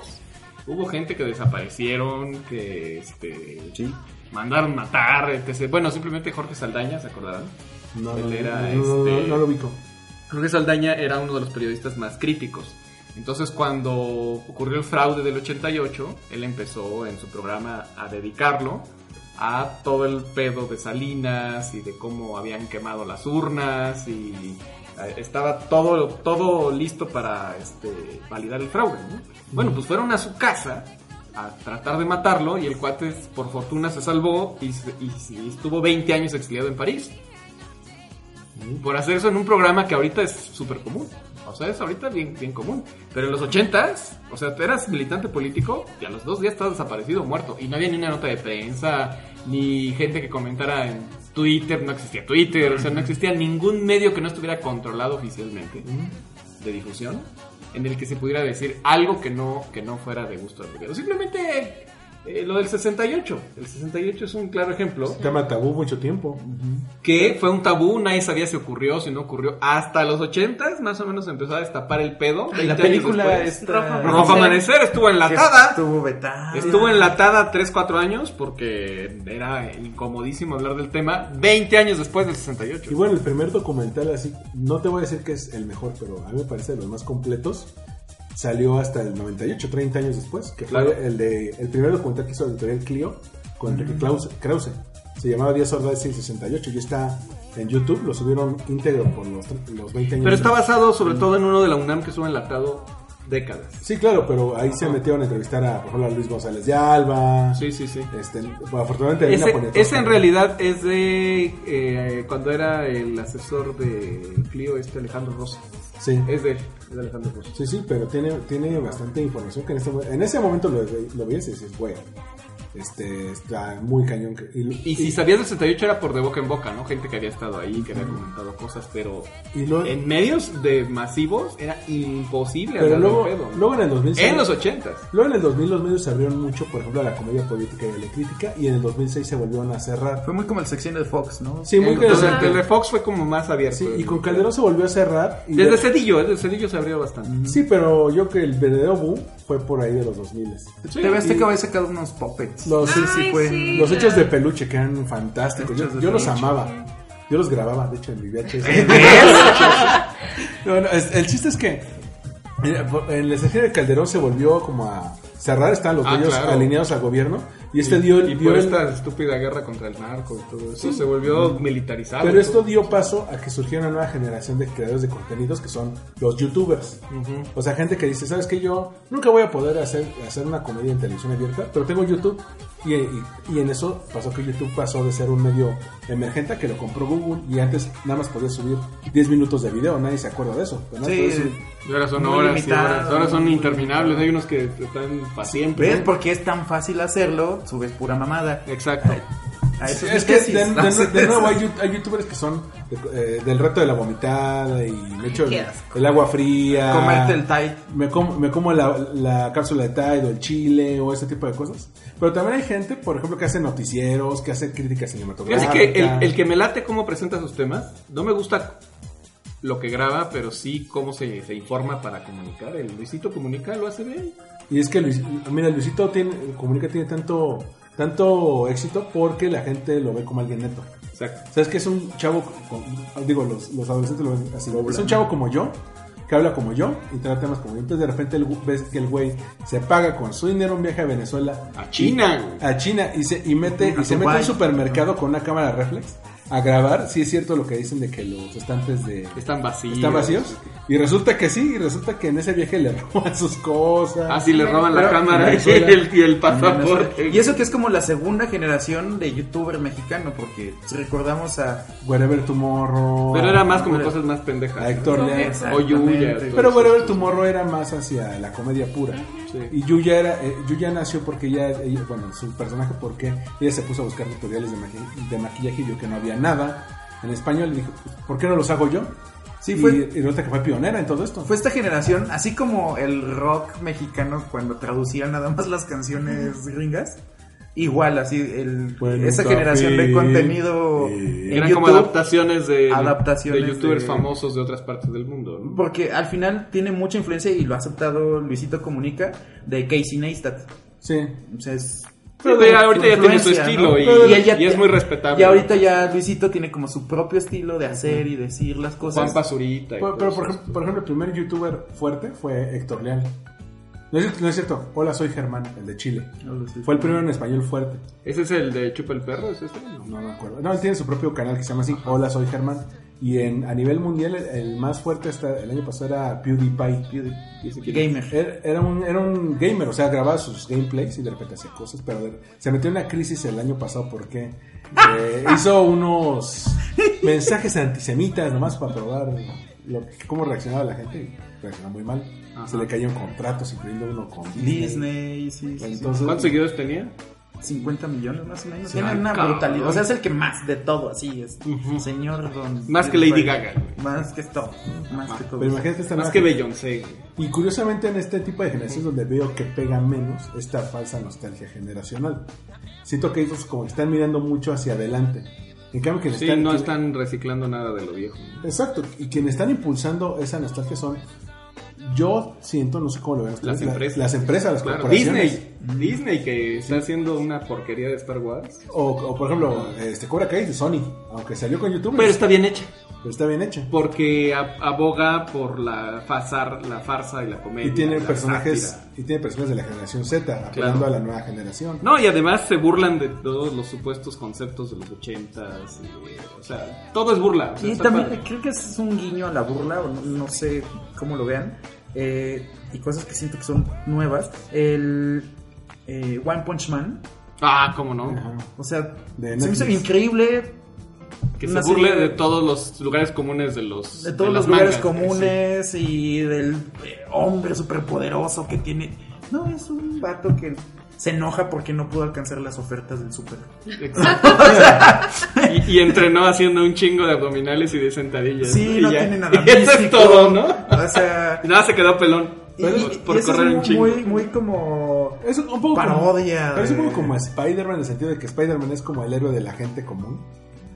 [SPEAKER 2] Hubo gente que desaparecieron, que este,
[SPEAKER 4] Sí.
[SPEAKER 2] mandaron matar, etc. Bueno, simplemente Jorge Saldaña, ¿se acordarán?
[SPEAKER 4] No,
[SPEAKER 2] Él
[SPEAKER 4] no,
[SPEAKER 2] era,
[SPEAKER 4] no, no,
[SPEAKER 2] este,
[SPEAKER 4] no, no lo ubico.
[SPEAKER 2] Jorge Saldaña era uno de los periodistas más críticos. Entonces, cuando ocurrió el fraude del 88, él empezó en su programa a dedicarlo a todo el pedo de Salinas y de cómo habían quemado las urnas y eh, estaba todo, todo listo para este, validar el fraude. ¿no? Bueno, pues fueron a su casa a tratar de matarlo y el cuate por fortuna se salvó y, se- y se- y estuvo 20 años exiliado en París por hacer eso en un programa que ahorita es súper común. O sea, es ahorita bien, bien común. Pero en los ochentas, o sea, tú eras militante político y a los dos días estabas desaparecido, muerto. Y no había ni una nota de prensa, ni gente que comentara en Twitter, no existía Twitter, o sea, no existía ningún medio que no estuviera controlado oficialmente de difusión en el que se pudiera decir algo que no, que no fuera de gusto del gobierno. Simplemente eh, lo del 68. El 68 es un claro ejemplo
[SPEAKER 4] Tema tabú mucho tiempo.
[SPEAKER 2] que fue un tabú, nadie sabía si ocurrió, si no ocurrió. Hasta los ochentas más o menos empezó a destapar el pedo. 20
[SPEAKER 3] La
[SPEAKER 2] años
[SPEAKER 3] película
[SPEAKER 2] después.
[SPEAKER 3] esta...
[SPEAKER 5] Rojo
[SPEAKER 2] Rojo Amanecer estuvo
[SPEAKER 3] que
[SPEAKER 2] enlatada.
[SPEAKER 3] Estuvo vetada.
[SPEAKER 2] Estuvo enlatada 3, 4 años porque era incomodísimo hablar del tema 20 años después del 68.
[SPEAKER 4] Y bueno, el primer documental así, no te voy a decir que es el mejor, pero a mí me parece de los más completos. Salió hasta el 98, 30 años después, que
[SPEAKER 2] Claro.
[SPEAKER 4] fue el de el primer documental que hizo el editorial Clio con Enrique Krause, Krause. Se llamaba Díaz Ordaz el 68 y está en YouTube, lo subieron íntegro por los, tre- los 20 años.
[SPEAKER 2] Pero está basado sobre todo en uno de la UNAM que estuvo enlatado décadas.
[SPEAKER 4] Sí, claro, pero ahí se metieron a entrevistar a, por ejemplo, a Luis González de Alba.
[SPEAKER 2] Sí, sí, sí.
[SPEAKER 4] Este, afortunadamente ahí la
[SPEAKER 2] Ese,
[SPEAKER 4] ponía todo.
[SPEAKER 2] ese en realidad es de eh, cuando era el asesor de Clio, este Alejandro Rosa.
[SPEAKER 4] Sí.
[SPEAKER 2] Es de él, es de Alejandro Rosa.
[SPEAKER 4] Sí, sí, pero tiene, tiene bastante información que en, este mo- en ese momento lo, ve- lo veías y dices, güey, Este, está muy cañón. que-
[SPEAKER 2] Y si sabías del 68 era por de boca en boca, ¿no? Gente que había estado ahí, que había comentado cosas, pero
[SPEAKER 4] y no-
[SPEAKER 2] en medios de masivos era imposible
[SPEAKER 4] pero
[SPEAKER 2] hablar
[SPEAKER 4] luego,
[SPEAKER 2] del pedo.
[SPEAKER 4] luego en el 2000
[SPEAKER 2] en los 80
[SPEAKER 4] Luego en el 2000 los medios se abrieron mucho, por ejemplo, a la comedia política y a la crítica, y en el 2006 se volvieron a cerrar.
[SPEAKER 3] Fue muy como el sección de Fox, ¿no?
[SPEAKER 4] Sí, muy interesante.
[SPEAKER 2] El de Fox fue como más abierto.
[SPEAKER 4] Sí, y con Calderón se volvió a cerrar. y
[SPEAKER 2] Desde
[SPEAKER 4] de-
[SPEAKER 2] Cedillo, desde Cedillo se abrió bastante.
[SPEAKER 4] Sí, pero yo creo que el verdadero boom fue por ahí de los 2000.
[SPEAKER 3] Te ves que había sacado unos puppets.
[SPEAKER 4] Los,
[SPEAKER 5] Ay, sí, fue- sí.
[SPEAKER 4] los hechos de peluche que eran fantásticos. Yo,
[SPEAKER 3] Hechos de
[SPEAKER 4] yo los
[SPEAKER 3] peluche.
[SPEAKER 4] amaba. Yo los grababa, de hecho, en mi VHS. No, no, es- el chiste es que eh, por- en la estación de Calderón se volvió como a cerrar, estaban los
[SPEAKER 2] Ah,
[SPEAKER 4] medios
[SPEAKER 2] claro.
[SPEAKER 4] alineados al gobierno. Y este dio, el-
[SPEAKER 2] y
[SPEAKER 4] dio
[SPEAKER 2] por
[SPEAKER 4] el-
[SPEAKER 2] esta estúpida guerra contra el narco y todo eso se volvió militarizado.
[SPEAKER 4] Mm. Pero esto dio paso a que surgiera una nueva generación de creadores de contenidos que son los youtubers. O sea, gente que dice, ¿sabes qué? Yo nunca voy a poder hacer, hacer una comedia en televisión abierta, pero tengo YouTube. Y, y- y en eso pasó que YouTube pasó de ser un medio emergente a que lo compró Google y antes nada más podía subir 10 minutos de video, nadie se acuerda de eso. ¿verdad?
[SPEAKER 3] Sí,
[SPEAKER 4] Entonces,
[SPEAKER 2] Y ahora son
[SPEAKER 3] Muy
[SPEAKER 2] horas, y
[SPEAKER 3] limitado.
[SPEAKER 2] horas, ahora son interminables. Hay unos que están para siempre.
[SPEAKER 3] ¿Ves por qué es tan fácil hacerlo? Subes pura mamada.
[SPEAKER 2] Exacto.
[SPEAKER 3] A eso
[SPEAKER 4] es que de, de- de nuevo hay, yu- hay youtubers que son de- eh, del reto de la vomitada y me echo el,
[SPEAKER 5] Qué asco.
[SPEAKER 4] el agua fría.
[SPEAKER 3] Comerte el Tide.
[SPEAKER 4] me como, me como la, la cápsula de Tide o el chile o ese tipo de cosas. Pero también hay gente, por ejemplo, que hace noticieros, que hace
[SPEAKER 2] Fíjate
[SPEAKER 4] críticas cinematográficas.
[SPEAKER 2] que el, el que me late cómo presenta sus temas, no me gusta lo que graba, pero sí cómo se, se informa para comunicar. El Luisito comunica, lo hace bien.
[SPEAKER 4] Y es que, Luis- mira, Luisito tiene, comunica tiene tanto, tanto éxito porque la gente lo ve como alguien neto.
[SPEAKER 2] Exacto.
[SPEAKER 4] ¿Sabes que es un chavo, con- digo, los, los adolescentes lo ven así, es un chavo como yo, que habla como yo y trata temas como yo. Entonces de repente el gu- ves que el güey se paga con su dinero un viaje a Venezuela.
[SPEAKER 2] A China, güey.
[SPEAKER 4] A China y se, y mete,
[SPEAKER 3] A
[SPEAKER 4] y se mete a un
[SPEAKER 3] Dubái.
[SPEAKER 4] supermercado con una cámara reflex a grabar. Si es cierto lo que dicen de que los estantes de...
[SPEAKER 2] Están vacíos.
[SPEAKER 4] Están vacíos. Y resulta que sí, y resulta que en ese viaje le roban sus cosas.
[SPEAKER 2] Ah, sí, le roban la
[SPEAKER 3] Pero-
[SPEAKER 2] cámara y
[SPEAKER 4] Venezuela.
[SPEAKER 2] el, y el pasaporte.
[SPEAKER 3] Y eso que es como la segunda generación de youtuber mexicano, porque si recordamos a
[SPEAKER 4] Wherever Tomorrow.
[SPEAKER 2] Pero era más como
[SPEAKER 3] Hombre.
[SPEAKER 2] cosas más pendejas.
[SPEAKER 4] A Héctor
[SPEAKER 2] ¿no?
[SPEAKER 4] Lea.
[SPEAKER 2] O Yuya.
[SPEAKER 3] Exactamente.
[SPEAKER 4] Pero Wherever Tomorrow era más hacia la comedia pura.
[SPEAKER 2] Sí.
[SPEAKER 4] Y Yuya, era, eh, Yuya nació porque ella, ella- bueno, su personaje, porque ella se puso a buscar tutoriales de, maqui- de maquillaje y yo que no había nada en español. Y dijo, ¿por qué no los hago yo?
[SPEAKER 3] Sí,
[SPEAKER 4] y,
[SPEAKER 3] fue-
[SPEAKER 4] y resulta que fue pionera en todo esto.
[SPEAKER 3] Fue esta generación, así como el rock mexicano cuando traducían nada más las canciones gringas. Igual, así, el,
[SPEAKER 4] Bueno,
[SPEAKER 3] esa
[SPEAKER 4] café,
[SPEAKER 3] generación de contenido en
[SPEAKER 2] eh, Eran como
[SPEAKER 3] YouTube,
[SPEAKER 2] adaptaciones de,
[SPEAKER 3] Adaptaciones
[SPEAKER 2] de youtubers
[SPEAKER 3] de-
[SPEAKER 2] famosos de otras partes del mundo. ¿no?
[SPEAKER 3] Porque al final tiene mucha influencia y lo ha aceptado Luisito Comunica de Casey Neistat.
[SPEAKER 4] Sí.
[SPEAKER 3] O sea, es-
[SPEAKER 2] Pero ya ahorita ya tiene su
[SPEAKER 3] influencia,
[SPEAKER 2] estilo
[SPEAKER 3] ¿no?
[SPEAKER 2] y,
[SPEAKER 3] Pero-
[SPEAKER 2] y
[SPEAKER 3] él ya-
[SPEAKER 2] es muy respetable.
[SPEAKER 3] Y ahorita ya Luisito tiene como su propio estilo de hacer y decir las cosas.
[SPEAKER 2] Juan Pazurita. y
[SPEAKER 4] pues Pero,
[SPEAKER 2] todo eso.
[SPEAKER 4] pero, por, ejemplo, por ejemplo, el primer youtuber fuerte fue Héctor Leal. No es, no es cierto. Hola, soy Germán, el de Chile. Fue el primero en español fuerte.
[SPEAKER 2] ¿Ese es el de Chupa el Perro? ¿Es ese? No.
[SPEAKER 4] No me acuerdo. No, él tiene su propio canal que se llama así. Hola, soy Germán. Y en, a nivel mundial, el, el más fuerte hasta el año pasado era PewDiePie.
[SPEAKER 3] Gamer.
[SPEAKER 4] Era, era un, era un gamer, o sea, grababa sus gameplays y de repente hacía cosas, pero de- se metió en una crisis el año pasado porque eh, hizo unos mensajes antisemitas nomás para probar lo- cómo reaccionaba la gente. y Reaccionó muy mal.
[SPEAKER 2] Ajá.
[SPEAKER 4] Se le cayeron contratos, incluyendo uno con Disney.
[SPEAKER 3] Disney, sí, sí, sí.
[SPEAKER 4] Entonces,
[SPEAKER 2] ¿Cuántos seguidores tenía?
[SPEAKER 3] 50 millones más o menos.
[SPEAKER 2] Sí,
[SPEAKER 3] Tiene
[SPEAKER 2] ay,
[SPEAKER 3] una
[SPEAKER 2] cabrón.
[SPEAKER 3] brutalidad. O sea, es el que más de todo, así es.
[SPEAKER 2] Ujú.
[SPEAKER 3] Señor Don.
[SPEAKER 2] Más que Lady Gaga, güey. Ah,
[SPEAKER 3] Más que todo. Más que todo.
[SPEAKER 4] pero imagínate esta
[SPEAKER 2] Más
[SPEAKER 4] nueva
[SPEAKER 2] que
[SPEAKER 4] generación.
[SPEAKER 2] Beyoncé. güey.
[SPEAKER 4] Y curiosamente en este tipo de generaciones donde veo que pega menos esta falsa nostalgia generacional. Siento que ellos como que están mirando mucho hacia adelante. En cambio que
[SPEAKER 2] Sí, no están reciclando nada de lo viejo.
[SPEAKER 4] Exacto, y quienes están impulsando esa nostalgia son, yo siento, no sé cómo lo ven ustedes,
[SPEAKER 2] Las
[SPEAKER 4] la-
[SPEAKER 2] empresas.
[SPEAKER 4] Las empresas, las
[SPEAKER 2] Claro,
[SPEAKER 4] corporaciones.
[SPEAKER 2] Disney. Disney que está haciendo una porquería de Star Wars.
[SPEAKER 4] O, o, por ejemplo, este Cobra Kai de Sony, aunque salió con YouTube,
[SPEAKER 2] Pero está bien hecha.
[SPEAKER 4] pero está bien hecha.
[SPEAKER 2] Porque ab- aboga por la, fazar, la farsa y la comedia.
[SPEAKER 4] Y tiene
[SPEAKER 2] la
[SPEAKER 4] personajes,
[SPEAKER 2] sátira.
[SPEAKER 4] y tiene personajes de la generación Z, apelando
[SPEAKER 2] Claro.
[SPEAKER 4] a la nueva generación.
[SPEAKER 2] No, y además se burlan de todos los supuestos conceptos de los ochentas. y, O sea, todo es burla. o sea,
[SPEAKER 3] Y
[SPEAKER 2] está
[SPEAKER 3] también
[SPEAKER 2] padre.
[SPEAKER 3] creo que es un guiño a la burla, o no, no sé cómo lo vean. eh, y cosas que siento que son nuevas. El eh, One Punch Man.
[SPEAKER 2] Ah, cómo no.
[SPEAKER 4] Ajá.
[SPEAKER 3] O sea,
[SPEAKER 4] De
[SPEAKER 3] se me hizo
[SPEAKER 4] Netflix.
[SPEAKER 3] increíble
[SPEAKER 2] Que
[SPEAKER 3] Una
[SPEAKER 2] se burle
[SPEAKER 3] serie-
[SPEAKER 2] de todos los lugares comunes de los.
[SPEAKER 3] de todos
[SPEAKER 2] las
[SPEAKER 3] los lugares
[SPEAKER 2] mangas, eh,
[SPEAKER 3] comunes y del eh, hombre superpoderoso que tiene. No, es un vato que se enoja porque no pudo alcanzar las ofertas del super.
[SPEAKER 2] Exacto. y, y entrenó haciendo un chingo de abdominales y de sentadillas.
[SPEAKER 3] Sí,
[SPEAKER 2] Y
[SPEAKER 3] no
[SPEAKER 2] ya.
[SPEAKER 3] tiene nada
[SPEAKER 2] Y eso es
[SPEAKER 3] místico.
[SPEAKER 2] todo, ¿no?
[SPEAKER 3] O sea,
[SPEAKER 2] Y nada, se quedó pelón.
[SPEAKER 3] y- y-
[SPEAKER 2] por por
[SPEAKER 3] y eso
[SPEAKER 2] correr
[SPEAKER 3] es
[SPEAKER 2] un chingo.
[SPEAKER 3] Muy, muy como
[SPEAKER 4] Es un poco
[SPEAKER 3] Parodia,
[SPEAKER 4] Como, pero es un
[SPEAKER 3] eh.
[SPEAKER 4] poco como Spider-Man en el sentido de que Spider-Man es como el héroe de la gente común.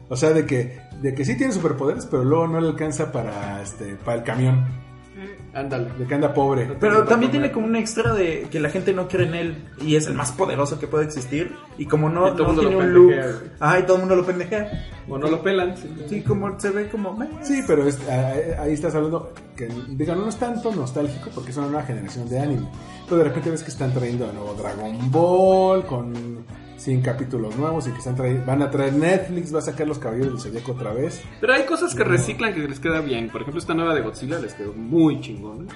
[SPEAKER 4] O sea, de que, de que sí tiene superpoderes, pero luego no le alcanza para, este, para el camión.
[SPEAKER 2] Ándale.
[SPEAKER 4] De que anda pobre.
[SPEAKER 3] Pero
[SPEAKER 2] comer.
[SPEAKER 3] también tiene como un extra de que la gente no cree en él y es el más poderoso que puede existir. Y como no,
[SPEAKER 2] Y todo
[SPEAKER 3] no
[SPEAKER 2] mundo lo
[SPEAKER 3] tiene un look.
[SPEAKER 2] pendejea, güey.
[SPEAKER 3] Ay, todo el mundo lo pendejea.
[SPEAKER 2] O no lo pelan. sí.
[SPEAKER 3] Sí, como se ve como. "Meh".
[SPEAKER 4] Sí, pero es- a- a- ahí estás hablando que, digan, no es tanto nostálgico porque es una nueva generación de anime. Pero de repente ves que están trayendo de nuevo Dragon Ball con 100 capítulos nuevos y que están trae- van a traer Netflix, va a sacar los caballeros del Zodíaco otra vez.
[SPEAKER 2] Pero hay cosas que reciclan que les queda bien. Por ejemplo, esta nueva de Godzilla les quedó muy chingona.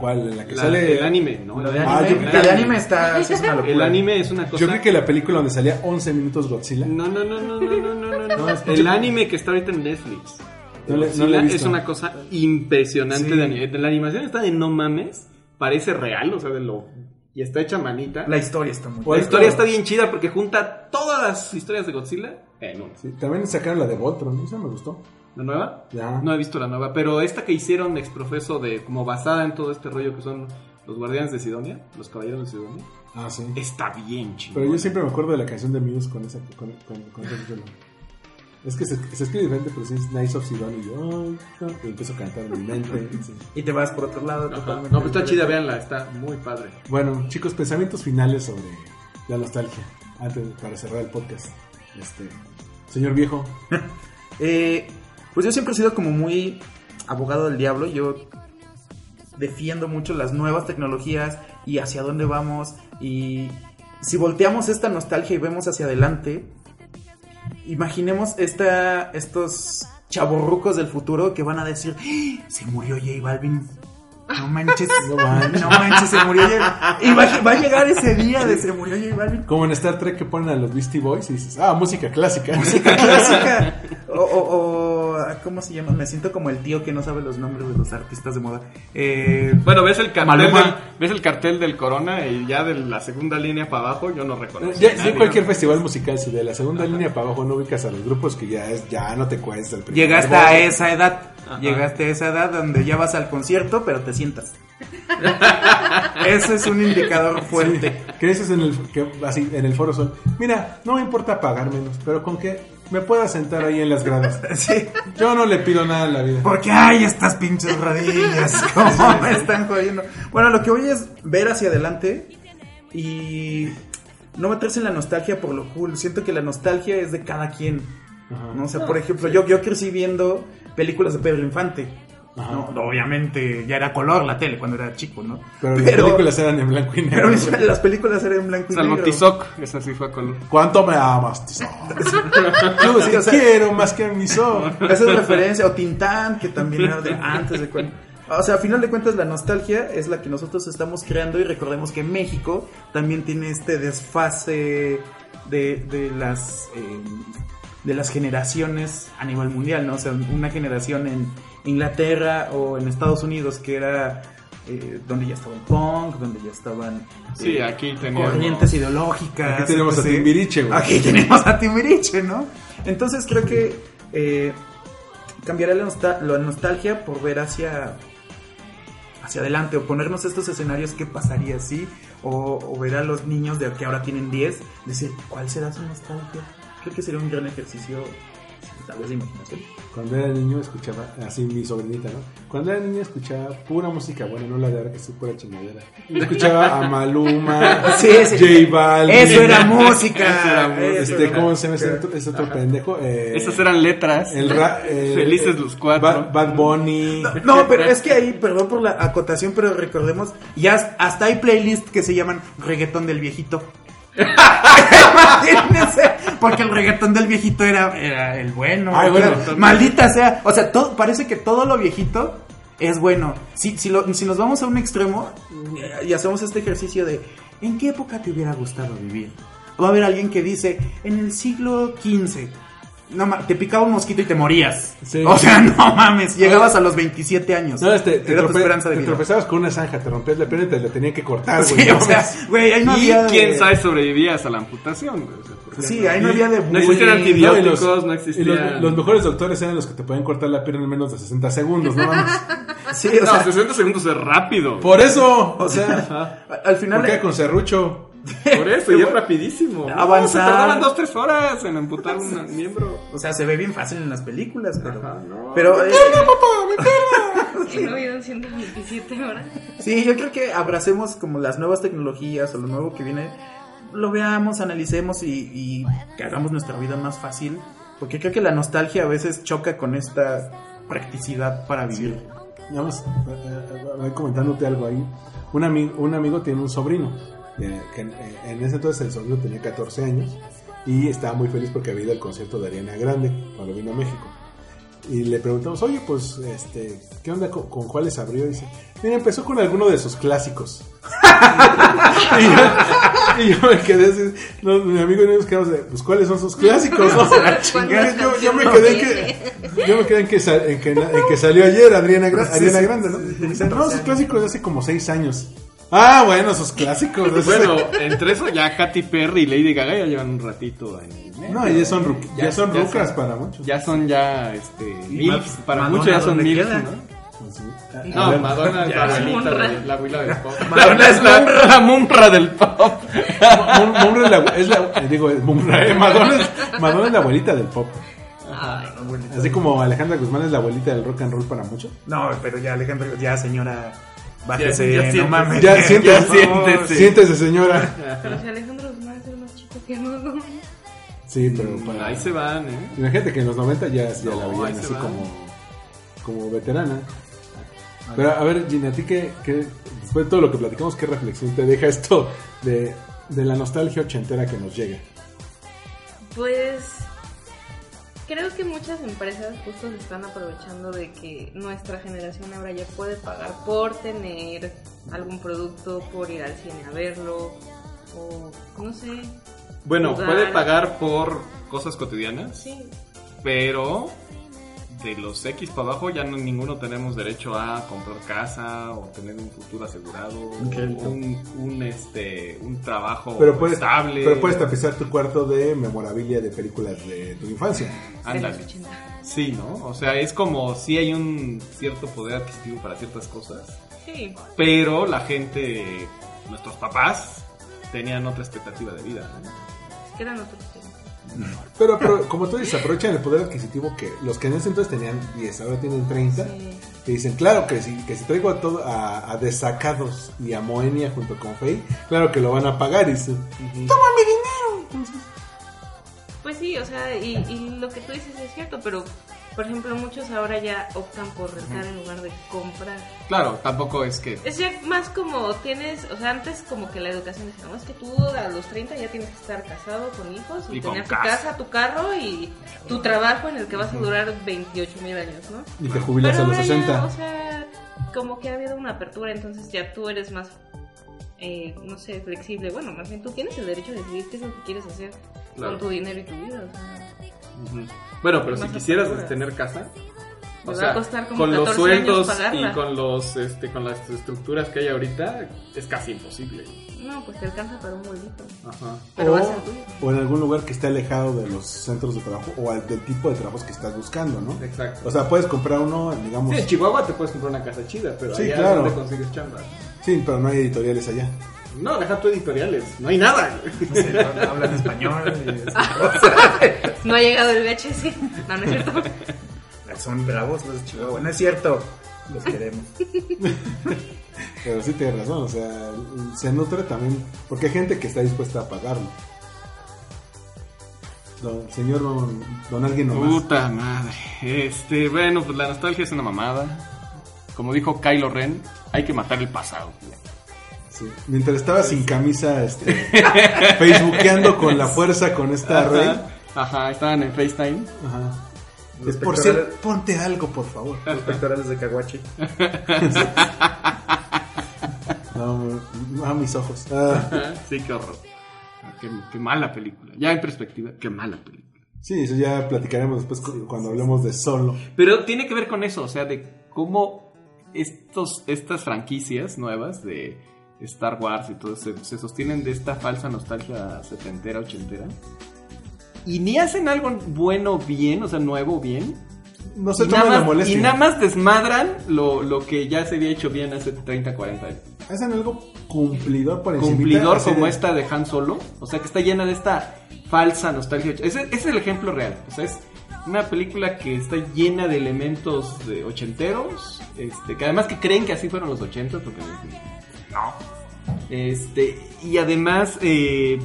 [SPEAKER 4] ¿Cuál? La que
[SPEAKER 2] La-
[SPEAKER 4] sale.
[SPEAKER 2] el anime, ¿no?
[SPEAKER 3] Lo de
[SPEAKER 4] Ah,
[SPEAKER 3] anime,
[SPEAKER 4] yo creo que
[SPEAKER 3] la de
[SPEAKER 4] el
[SPEAKER 3] anime está. sí es una locura.
[SPEAKER 2] El anime es una cosa.
[SPEAKER 4] Yo creo que la película donde salía 11 minutos Godzilla.
[SPEAKER 2] No, no, no, no, no, no, no, no,
[SPEAKER 4] No, es-
[SPEAKER 2] El anime que está ahorita en Netflix.
[SPEAKER 4] No le- no
[SPEAKER 2] Godzilla
[SPEAKER 4] le he visto.
[SPEAKER 2] es una cosa impresionante
[SPEAKER 3] Sí.
[SPEAKER 2] de anime. La animación está de no mames, parece real, o sea, de lo y está hecha manita.
[SPEAKER 3] La
[SPEAKER 2] La,
[SPEAKER 3] historia está muy
[SPEAKER 4] Bueno.
[SPEAKER 2] historia está bien chida porque junta todas las historias de Godzilla en una.
[SPEAKER 4] Sí, también sacaron la de Voltron, esa me gustó.
[SPEAKER 2] ¿La nueva?
[SPEAKER 4] Ya.
[SPEAKER 2] No he visto la nueva, pero esta que hicieron ex profeso de como basada en todo este rollo que son los guardianes de Sidonia, los caballeros de Sidonia,
[SPEAKER 4] Ah, sí.
[SPEAKER 2] está bien chido.
[SPEAKER 4] Pero yo siempre me acuerdo de la canción de Muse con esa con, con, con ese título. Es que se, se escribe diferente, pero sí es Nice of Sidon y yo "Ay, no", y empiezo a cantar en mi mente. sí.
[SPEAKER 3] Y te vas por otro lado
[SPEAKER 2] Ajá.
[SPEAKER 3] totalmente.
[SPEAKER 2] No, pero está chida, véanla, está muy padre.
[SPEAKER 4] Bueno, chicos, pensamientos finales sobre la nostalgia. Antes de- para cerrar el podcast. Este, señor viejo,
[SPEAKER 3] Eh, pues yo siempre he sido como muy abogado del diablo. Yo defiendo mucho las nuevas tecnologías y hacia dónde vamos. Y si volteamos esta nostalgia y vemos hacia adelante, imaginemos esta, estos chavorrucos del futuro que van a decir, "¡Ah! se murió J Balvin. No manches, no manches, se murió J Balvin. Y va, va a llegar ese día de se murió J Balvin.
[SPEAKER 4] como en Star Trek que ponen a los Beastie Boys y dices, ah, música clásica.
[SPEAKER 3] clásica. O, o- o- ¿cómo se llama? Me siento como el tío que no sabe los nombres de los artistas de moda. Eh,
[SPEAKER 2] Bueno, ves el cartel,
[SPEAKER 3] Maluma.
[SPEAKER 2] del, ves el cartel del Corona y ya de la segunda línea para abajo yo no reconozco.
[SPEAKER 4] Ya,
[SPEAKER 2] a
[SPEAKER 4] ya
[SPEAKER 2] nadie.
[SPEAKER 4] en cualquier festival musical, si de la segunda línea para abajo no ubicas a los grupos que ya es, ya no te cuesta el primer
[SPEAKER 3] llegaste
[SPEAKER 4] boleto.
[SPEAKER 3] a esa edad.
[SPEAKER 2] Ajá.
[SPEAKER 3] Llegaste a esa edad donde ya vas al concierto, pero te sientas. Ese es un indicador fuerte.
[SPEAKER 4] Que dices en el, que así, en el foro sol. Mira, no me importa pagar menos, pero con que me pueda sentar ahí en las gradas.
[SPEAKER 3] Sí.
[SPEAKER 4] Yo no le pido nada a la vida.
[SPEAKER 3] Porque ay, estas pinches rodillas, cómo me están jodiendo. Bueno, lo que voy es ver hacia adelante y no meterse en la nostalgia por lo cool. Siento que la nostalgia es de cada quien.
[SPEAKER 4] Ajá.
[SPEAKER 3] ¿no? O sea, por ejemplo, yo, yo crecí viendo películas de Pedro Infante.
[SPEAKER 4] Ajá.
[SPEAKER 3] No, obviamente ya era color la tele cuando era chico, ¿no?
[SPEAKER 4] Pero, las películas eran en blanco y
[SPEAKER 3] pero
[SPEAKER 4] negro.
[SPEAKER 3] mis- las películas eran en blanco y
[SPEAKER 2] Salvo
[SPEAKER 3] negro.
[SPEAKER 2] Tizoc, esa sí fue color.
[SPEAKER 4] ¿Cuánto me amas, Tizoc? Yo
[SPEAKER 3] Sí, o sea-
[SPEAKER 4] quiero más que a mi sol.
[SPEAKER 3] Esa es referencia. O Tintán, que también era de antes de cuando. O sea, a final de cuentas, la nostalgia es la que nosotros estamos creando y recordemos que México también tiene este desfase de, de las eh, de las generaciones a nivel mundial, ¿no? O sea, una generación en Inglaterra o en Estados Unidos que era eh, donde ya estaba el punk, donde ya estaban
[SPEAKER 2] Sí,
[SPEAKER 3] eh,
[SPEAKER 2] aquí teníamos.
[SPEAKER 3] corrientes ideológicas.
[SPEAKER 4] Aquí tenemos a
[SPEAKER 3] etc.
[SPEAKER 4] Timbiriche, güey.
[SPEAKER 3] pues, Aquí tenemos a Timbiriche, ¿no? Entonces creo que eh, cambiará la, nosta- la nostalgia por ver hacia, hacia adelante o ponernos estos escenarios, qué pasaría si, o, o ver a los niños de que ahora tienen 10, decir, ¿cuál será su nostalgia? Creo que sería un gran ejercicio, tal vez de imaginación.
[SPEAKER 4] Cuando era niño escuchaba, así mi sobrinita, ¿no? Cuando era niño escuchaba pura música, bueno, no la de ahora que es pura chingadera. Escuchaba a Maluma,
[SPEAKER 3] Sí, sí.
[SPEAKER 4] J Balvin.
[SPEAKER 3] Eso era música.
[SPEAKER 2] Eso era música.
[SPEAKER 4] Este,
[SPEAKER 3] era-
[SPEAKER 4] ¿cómo se llama ese otro, ese otro pendejo? Eh,
[SPEAKER 2] Esas eran letras.
[SPEAKER 4] el ra- el-
[SPEAKER 2] Felices los cuatro.
[SPEAKER 4] Bad, Bad Bunny.
[SPEAKER 3] No, pero es que ahí, perdón por la acotación, pero recordemos, ya has- hasta hay playlists que se llaman reggaetón del viejito. Imagínense, porque el reggaetón del viejito era, era el bueno.
[SPEAKER 4] Ay, bueno.
[SPEAKER 3] Claro, maldita sea. O sea, todo, parece que todo lo viejito es bueno. Si, si, lo- si nos vamos a un extremo eh, y hacemos este ejercicio de ¿en qué época te hubiera gustado vivir? Va a haber alguien que dice en el siglo XV. No, ma- te picaba un mosquito y te morías.
[SPEAKER 4] Sí.
[SPEAKER 3] O sea, no mames, llegabas a los 27 años.
[SPEAKER 4] No, este, te,
[SPEAKER 3] Era tu
[SPEAKER 4] trope-
[SPEAKER 3] esperanza de
[SPEAKER 4] te
[SPEAKER 3] vida.
[SPEAKER 4] tropezabas con una zanja, te rompías la pierna y te la tenían que cortar, güey.
[SPEAKER 3] Sí,
[SPEAKER 4] no
[SPEAKER 3] o sea,
[SPEAKER 4] mames.
[SPEAKER 3] güey, ahí no
[SPEAKER 2] y
[SPEAKER 3] había de-
[SPEAKER 2] quién sabe sobrevivías a la amputación, güey. O sea, porque-
[SPEAKER 3] Sí, ahí no había de
[SPEAKER 2] No existían
[SPEAKER 3] bullying.
[SPEAKER 4] Y no, y
[SPEAKER 2] pues antibióticos, no,
[SPEAKER 4] los- y
[SPEAKER 2] existían...
[SPEAKER 4] los, los mejores doctores eran los que te podían cortar la pierna en menos de 60 segundos, no mames.
[SPEAKER 3] Sí, o
[SPEAKER 2] No,
[SPEAKER 3] sea,
[SPEAKER 2] 60 segundos es rápido.
[SPEAKER 4] Por eso, o sea,
[SPEAKER 2] Ajá.
[SPEAKER 3] al final...
[SPEAKER 4] ¿por qué con serrucho?
[SPEAKER 2] Por eso, y es rapidísimo. No,
[SPEAKER 3] Avanzar.
[SPEAKER 2] se tardaban 2-3 horas en amputar un miembro.
[SPEAKER 3] O sea, se ve bien fácil en las películas, pero...
[SPEAKER 2] Ajá, no.
[SPEAKER 3] pero eh,
[SPEAKER 5] Que no vieron 127 horas.
[SPEAKER 3] sí, yo creo que abracemos como las nuevas tecnologías o lo nuevo que viene, lo veamos, analicemos y, y que hagamos nuestra vida más fácil, porque creo que la nostalgia a veces choca con esta practicidad para vivir.
[SPEAKER 4] Nada más, eh, eh, voy comentándote algo ahí. Un, ami- un amigo tiene un sobrino. eh, que en, eh, en ese entonces el sobrino tenía 14 años. Y estaba muy feliz porque había ido al concierto de Ariana Grande cuando vino a México. Y le preguntamos, oye, pues, este, ¿qué onda con, con cuáles abrió? Y dice, mira, empezó con alguno de sus clásicos. y, yo, y yo me quedé así. no, mi amigo y yo nos quedamos de, pues, ¿cuáles son sus clásicos? O sea,
[SPEAKER 5] ¿Cuántas
[SPEAKER 4] yo, yo me
[SPEAKER 5] canciones
[SPEAKER 4] quedé que, yo me quedé en que, sa- en que, en que salió ayer Adriana, Gra- Ariana Grande, ¿no? Dice, no, sus clásicos de hace como seis años. Ah, bueno, sus clásicos. de hace-
[SPEAKER 2] Bueno, entre eso ya Katy Perry y Lady Gaga ya llevan un ratito en el medio.
[SPEAKER 4] no, ya son, ruqui- ya,
[SPEAKER 2] eh, Ya-
[SPEAKER 4] son
[SPEAKER 2] ya
[SPEAKER 4] rucas
[SPEAKER 2] son-
[SPEAKER 4] para muchos.
[SPEAKER 2] Ya son ya, este, milfs.
[SPEAKER 3] Ma-
[SPEAKER 2] Para
[SPEAKER 3] Madonna,
[SPEAKER 2] muchos ya son
[SPEAKER 3] ¿dónde
[SPEAKER 2] milfs,
[SPEAKER 3] queda?
[SPEAKER 2] ¿no?
[SPEAKER 4] Así. Ah, A
[SPEAKER 2] No,
[SPEAKER 4] ver,
[SPEAKER 2] Madonna es la abuelita,
[SPEAKER 5] Munra.
[SPEAKER 2] de- la abuela del pop.
[SPEAKER 3] Madonna es
[SPEAKER 2] la, la munra del pop.
[SPEAKER 4] Mum- Mumra es la, es la- eh, digo, es Mumra, eh, Madonna, es, Madonna es la abuelita del pop. Así como Alejandra Guzmán es la abuelita del rock and roll para muchos.
[SPEAKER 3] No, pero ya Alejandro, ya señora, bájese,
[SPEAKER 2] ya
[SPEAKER 3] no
[SPEAKER 2] siéntese.
[SPEAKER 3] mames.
[SPEAKER 4] Ya,
[SPEAKER 3] ya,
[SPEAKER 4] siéntese,
[SPEAKER 3] por favor.
[SPEAKER 2] siéntese.
[SPEAKER 4] Siéntese, señora.
[SPEAKER 5] Pero si Alejandro Guzmán es el más chico que no.
[SPEAKER 4] Sí, pero para-
[SPEAKER 2] Ahí se van, ¿eh?
[SPEAKER 4] Imagínate que en los 90 ya, ya
[SPEAKER 2] No,
[SPEAKER 4] la
[SPEAKER 2] ahí
[SPEAKER 4] veían
[SPEAKER 2] se
[SPEAKER 4] así
[SPEAKER 2] va.
[SPEAKER 4] como, como veterana. Pero a ver, Gina, ¿a ti qué, qué- después de todo lo que platicamos, qué reflexión te deja esto de, de la nostalgia ochentera que nos llega?
[SPEAKER 5] Pues creo que muchas empresas justo se están aprovechando de que nuestra generación ahora ya puede pagar por tener algún producto, por ir al cine a verlo, o no sé,
[SPEAKER 2] Bueno,
[SPEAKER 5] Jugar.
[SPEAKER 2] puede pagar por cosas cotidianas,
[SPEAKER 5] sí,
[SPEAKER 2] pero de los X para abajo ya no, ninguno tenemos derecho a comprar casa o tener un futuro asegurado o un, un, este, un trabajo
[SPEAKER 4] Pero puedes,
[SPEAKER 2] estable.
[SPEAKER 4] pero puedes tapizar tu cuarto de memorabilia de películas de tu infancia.
[SPEAKER 5] de los
[SPEAKER 2] Ándale.
[SPEAKER 5] 80.
[SPEAKER 2] Sí, ¿no? O sea, es como si hay un cierto poder adquisitivo para ciertas cosas,
[SPEAKER 5] Sí,
[SPEAKER 2] pero la gente, nuestros papás, tenían otra expectativa de vida. ¿no?
[SPEAKER 5] que eran otros temas.
[SPEAKER 4] Pero, pero como tú dices, aprovechan el poder adquisitivo que los que en ese entonces tenían 10, ahora tienen 30.
[SPEAKER 5] Sí.
[SPEAKER 4] Y dicen, claro que si, que si traigo a, todo, a, a Desacados y a Moenia junto con Faye, claro que lo van a pagar. Y dicen,
[SPEAKER 5] Pues sí, o sea, y, y lo que tú dices es cierto, pero por ejemplo muchos ahora ya optan por rentar en lugar de comprar.
[SPEAKER 2] Claro, tampoco es que
[SPEAKER 5] Es ya más como tienes, o sea, antes como que la educación decía, no, es que tú a los 30 ya tienes que estar casado con hijos y,
[SPEAKER 2] Y con
[SPEAKER 5] tener tu
[SPEAKER 2] casa.
[SPEAKER 5] casa, tu carro y tu trabajo en el que vas a durar 28 mil años, ¿no?
[SPEAKER 4] y te jubilas a los
[SPEAKER 5] ahora ya,
[SPEAKER 4] 60.
[SPEAKER 5] o sea, como que ha habido una apertura, entonces ya tú eres más, eh, no sé, flexible. Bueno, más bien tú tienes el derecho de decidir qué es lo que quieres hacer
[SPEAKER 2] Claro.
[SPEAKER 5] con tu dinero y tu vida, o sea.
[SPEAKER 2] Ujú. Bueno, pero si
[SPEAKER 5] Más
[SPEAKER 2] quisieras
[SPEAKER 5] apertura.
[SPEAKER 2] tener casa,
[SPEAKER 5] Te va a costar como
[SPEAKER 2] con
[SPEAKER 5] 14
[SPEAKER 2] los sueldos
[SPEAKER 5] años pagarla.
[SPEAKER 2] y con los este, con las estructuras que hay ahorita, es casi imposible.
[SPEAKER 5] No, pues te alcanza para un bolito.
[SPEAKER 2] Ajá.
[SPEAKER 5] Pero
[SPEAKER 4] o,
[SPEAKER 5] va a ser tuyo.
[SPEAKER 4] o en algún lugar que esté alejado de los centros de trabajo o al- del tipo de trabajos que estás buscando, ¿no?
[SPEAKER 2] Exacto.
[SPEAKER 4] O sea, puedes comprar uno, digamos,
[SPEAKER 2] Sí, en
[SPEAKER 4] sí,
[SPEAKER 2] Chihuahua te puedes comprar una casa chida, pero
[SPEAKER 4] Sí,
[SPEAKER 2] allá
[SPEAKER 4] claro.
[SPEAKER 2] es donde consigues chamba.
[SPEAKER 4] pero no hay editoriales allá.
[SPEAKER 2] No, deja tu editoriales, no hay nada.
[SPEAKER 3] No sé, no hablan español. y es-
[SPEAKER 5] No ha llegado el VHS. No, no es cierto.
[SPEAKER 3] son bravos los chihuahuas. No es cierto. Los queremos.
[SPEAKER 4] Pero sí tienes razón, o sea, se nutre también, porque hay gente que está dispuesta a pagarlo. Don- señor don, don alguien nomás.
[SPEAKER 2] Puta madre. Este, bueno, pues la nostalgia es una mamada. Como dijo Kylo Ren, hay que matar el pasado.
[SPEAKER 4] Sí. Mientras estaba sin camisa, este, facebookeando con la fuerza con esta red.
[SPEAKER 2] Ajá, ajá, estaban en FaceTime.
[SPEAKER 4] Ajá.
[SPEAKER 3] Los
[SPEAKER 4] Es por
[SPEAKER 3] pectorales-
[SPEAKER 4] ser, ponte algo, por favor.
[SPEAKER 3] Los pectorales de Caguachi.
[SPEAKER 4] No, no, a mis ojos. Ah.
[SPEAKER 2] Sí, qué horror. Qué, qué mala película. Ya en perspectiva, qué mala película.
[SPEAKER 4] Sí, eso ya platicaremos después cu- cuando hablemos de solo.
[SPEAKER 2] Pero tiene que ver con eso, o sea, de cómo estos, estas franquicias nuevas de Star Wars y todo se, se sostienen de esta falsa nostalgia setentera, ochentera. Y ni hacen algo bueno bien, o sea, nuevo bien.
[SPEAKER 4] No se
[SPEAKER 2] y, nada
[SPEAKER 4] toman la
[SPEAKER 2] más- y
[SPEAKER 4] molestia.
[SPEAKER 2] nada más desmadran lo, lo que ya se había hecho bien hace 30, 40 años.
[SPEAKER 4] Hacen algo cumplidor por encimita,
[SPEAKER 2] Cumplidor
[SPEAKER 4] así
[SPEAKER 2] como
[SPEAKER 4] de-
[SPEAKER 2] esta de Han Solo, o sea, que está llena de esta falsa nostalgia. Ese, ese es el ejemplo real, o sea, es una película que está llena de elementos de ochenteros, este, que además que creen que así fueron los ochentas, porque no. Este, y además eh,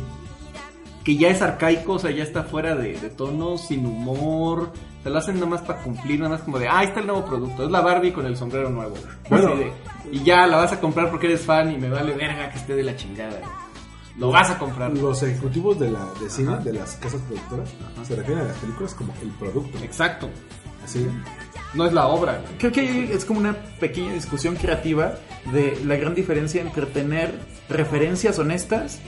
[SPEAKER 2] que ya es arcaico, o sea, ya está fuera de, de tono, sin humor. Te lo hacen nada más para cumplir, nada más como de, ah, ahí está el nuevo producto, es la Barbie con el sombrero nuevo.
[SPEAKER 4] Bueno.
[SPEAKER 2] Así de, y ya la vas a comprar porque eres fan y me vale verga que esté de la chingada. Lo vas a comprar.
[SPEAKER 4] Los ejecutivos de la de cine,
[SPEAKER 2] Ajá.
[SPEAKER 4] de las casas productoras,
[SPEAKER 2] Ajá.
[SPEAKER 4] se refieren a las películas como el producto.
[SPEAKER 2] Exacto.
[SPEAKER 4] Así.
[SPEAKER 2] No es la obra. güey.
[SPEAKER 3] Creo que ahí es como una pequeña discusión creativa de la gran diferencia entre tener referencias honestas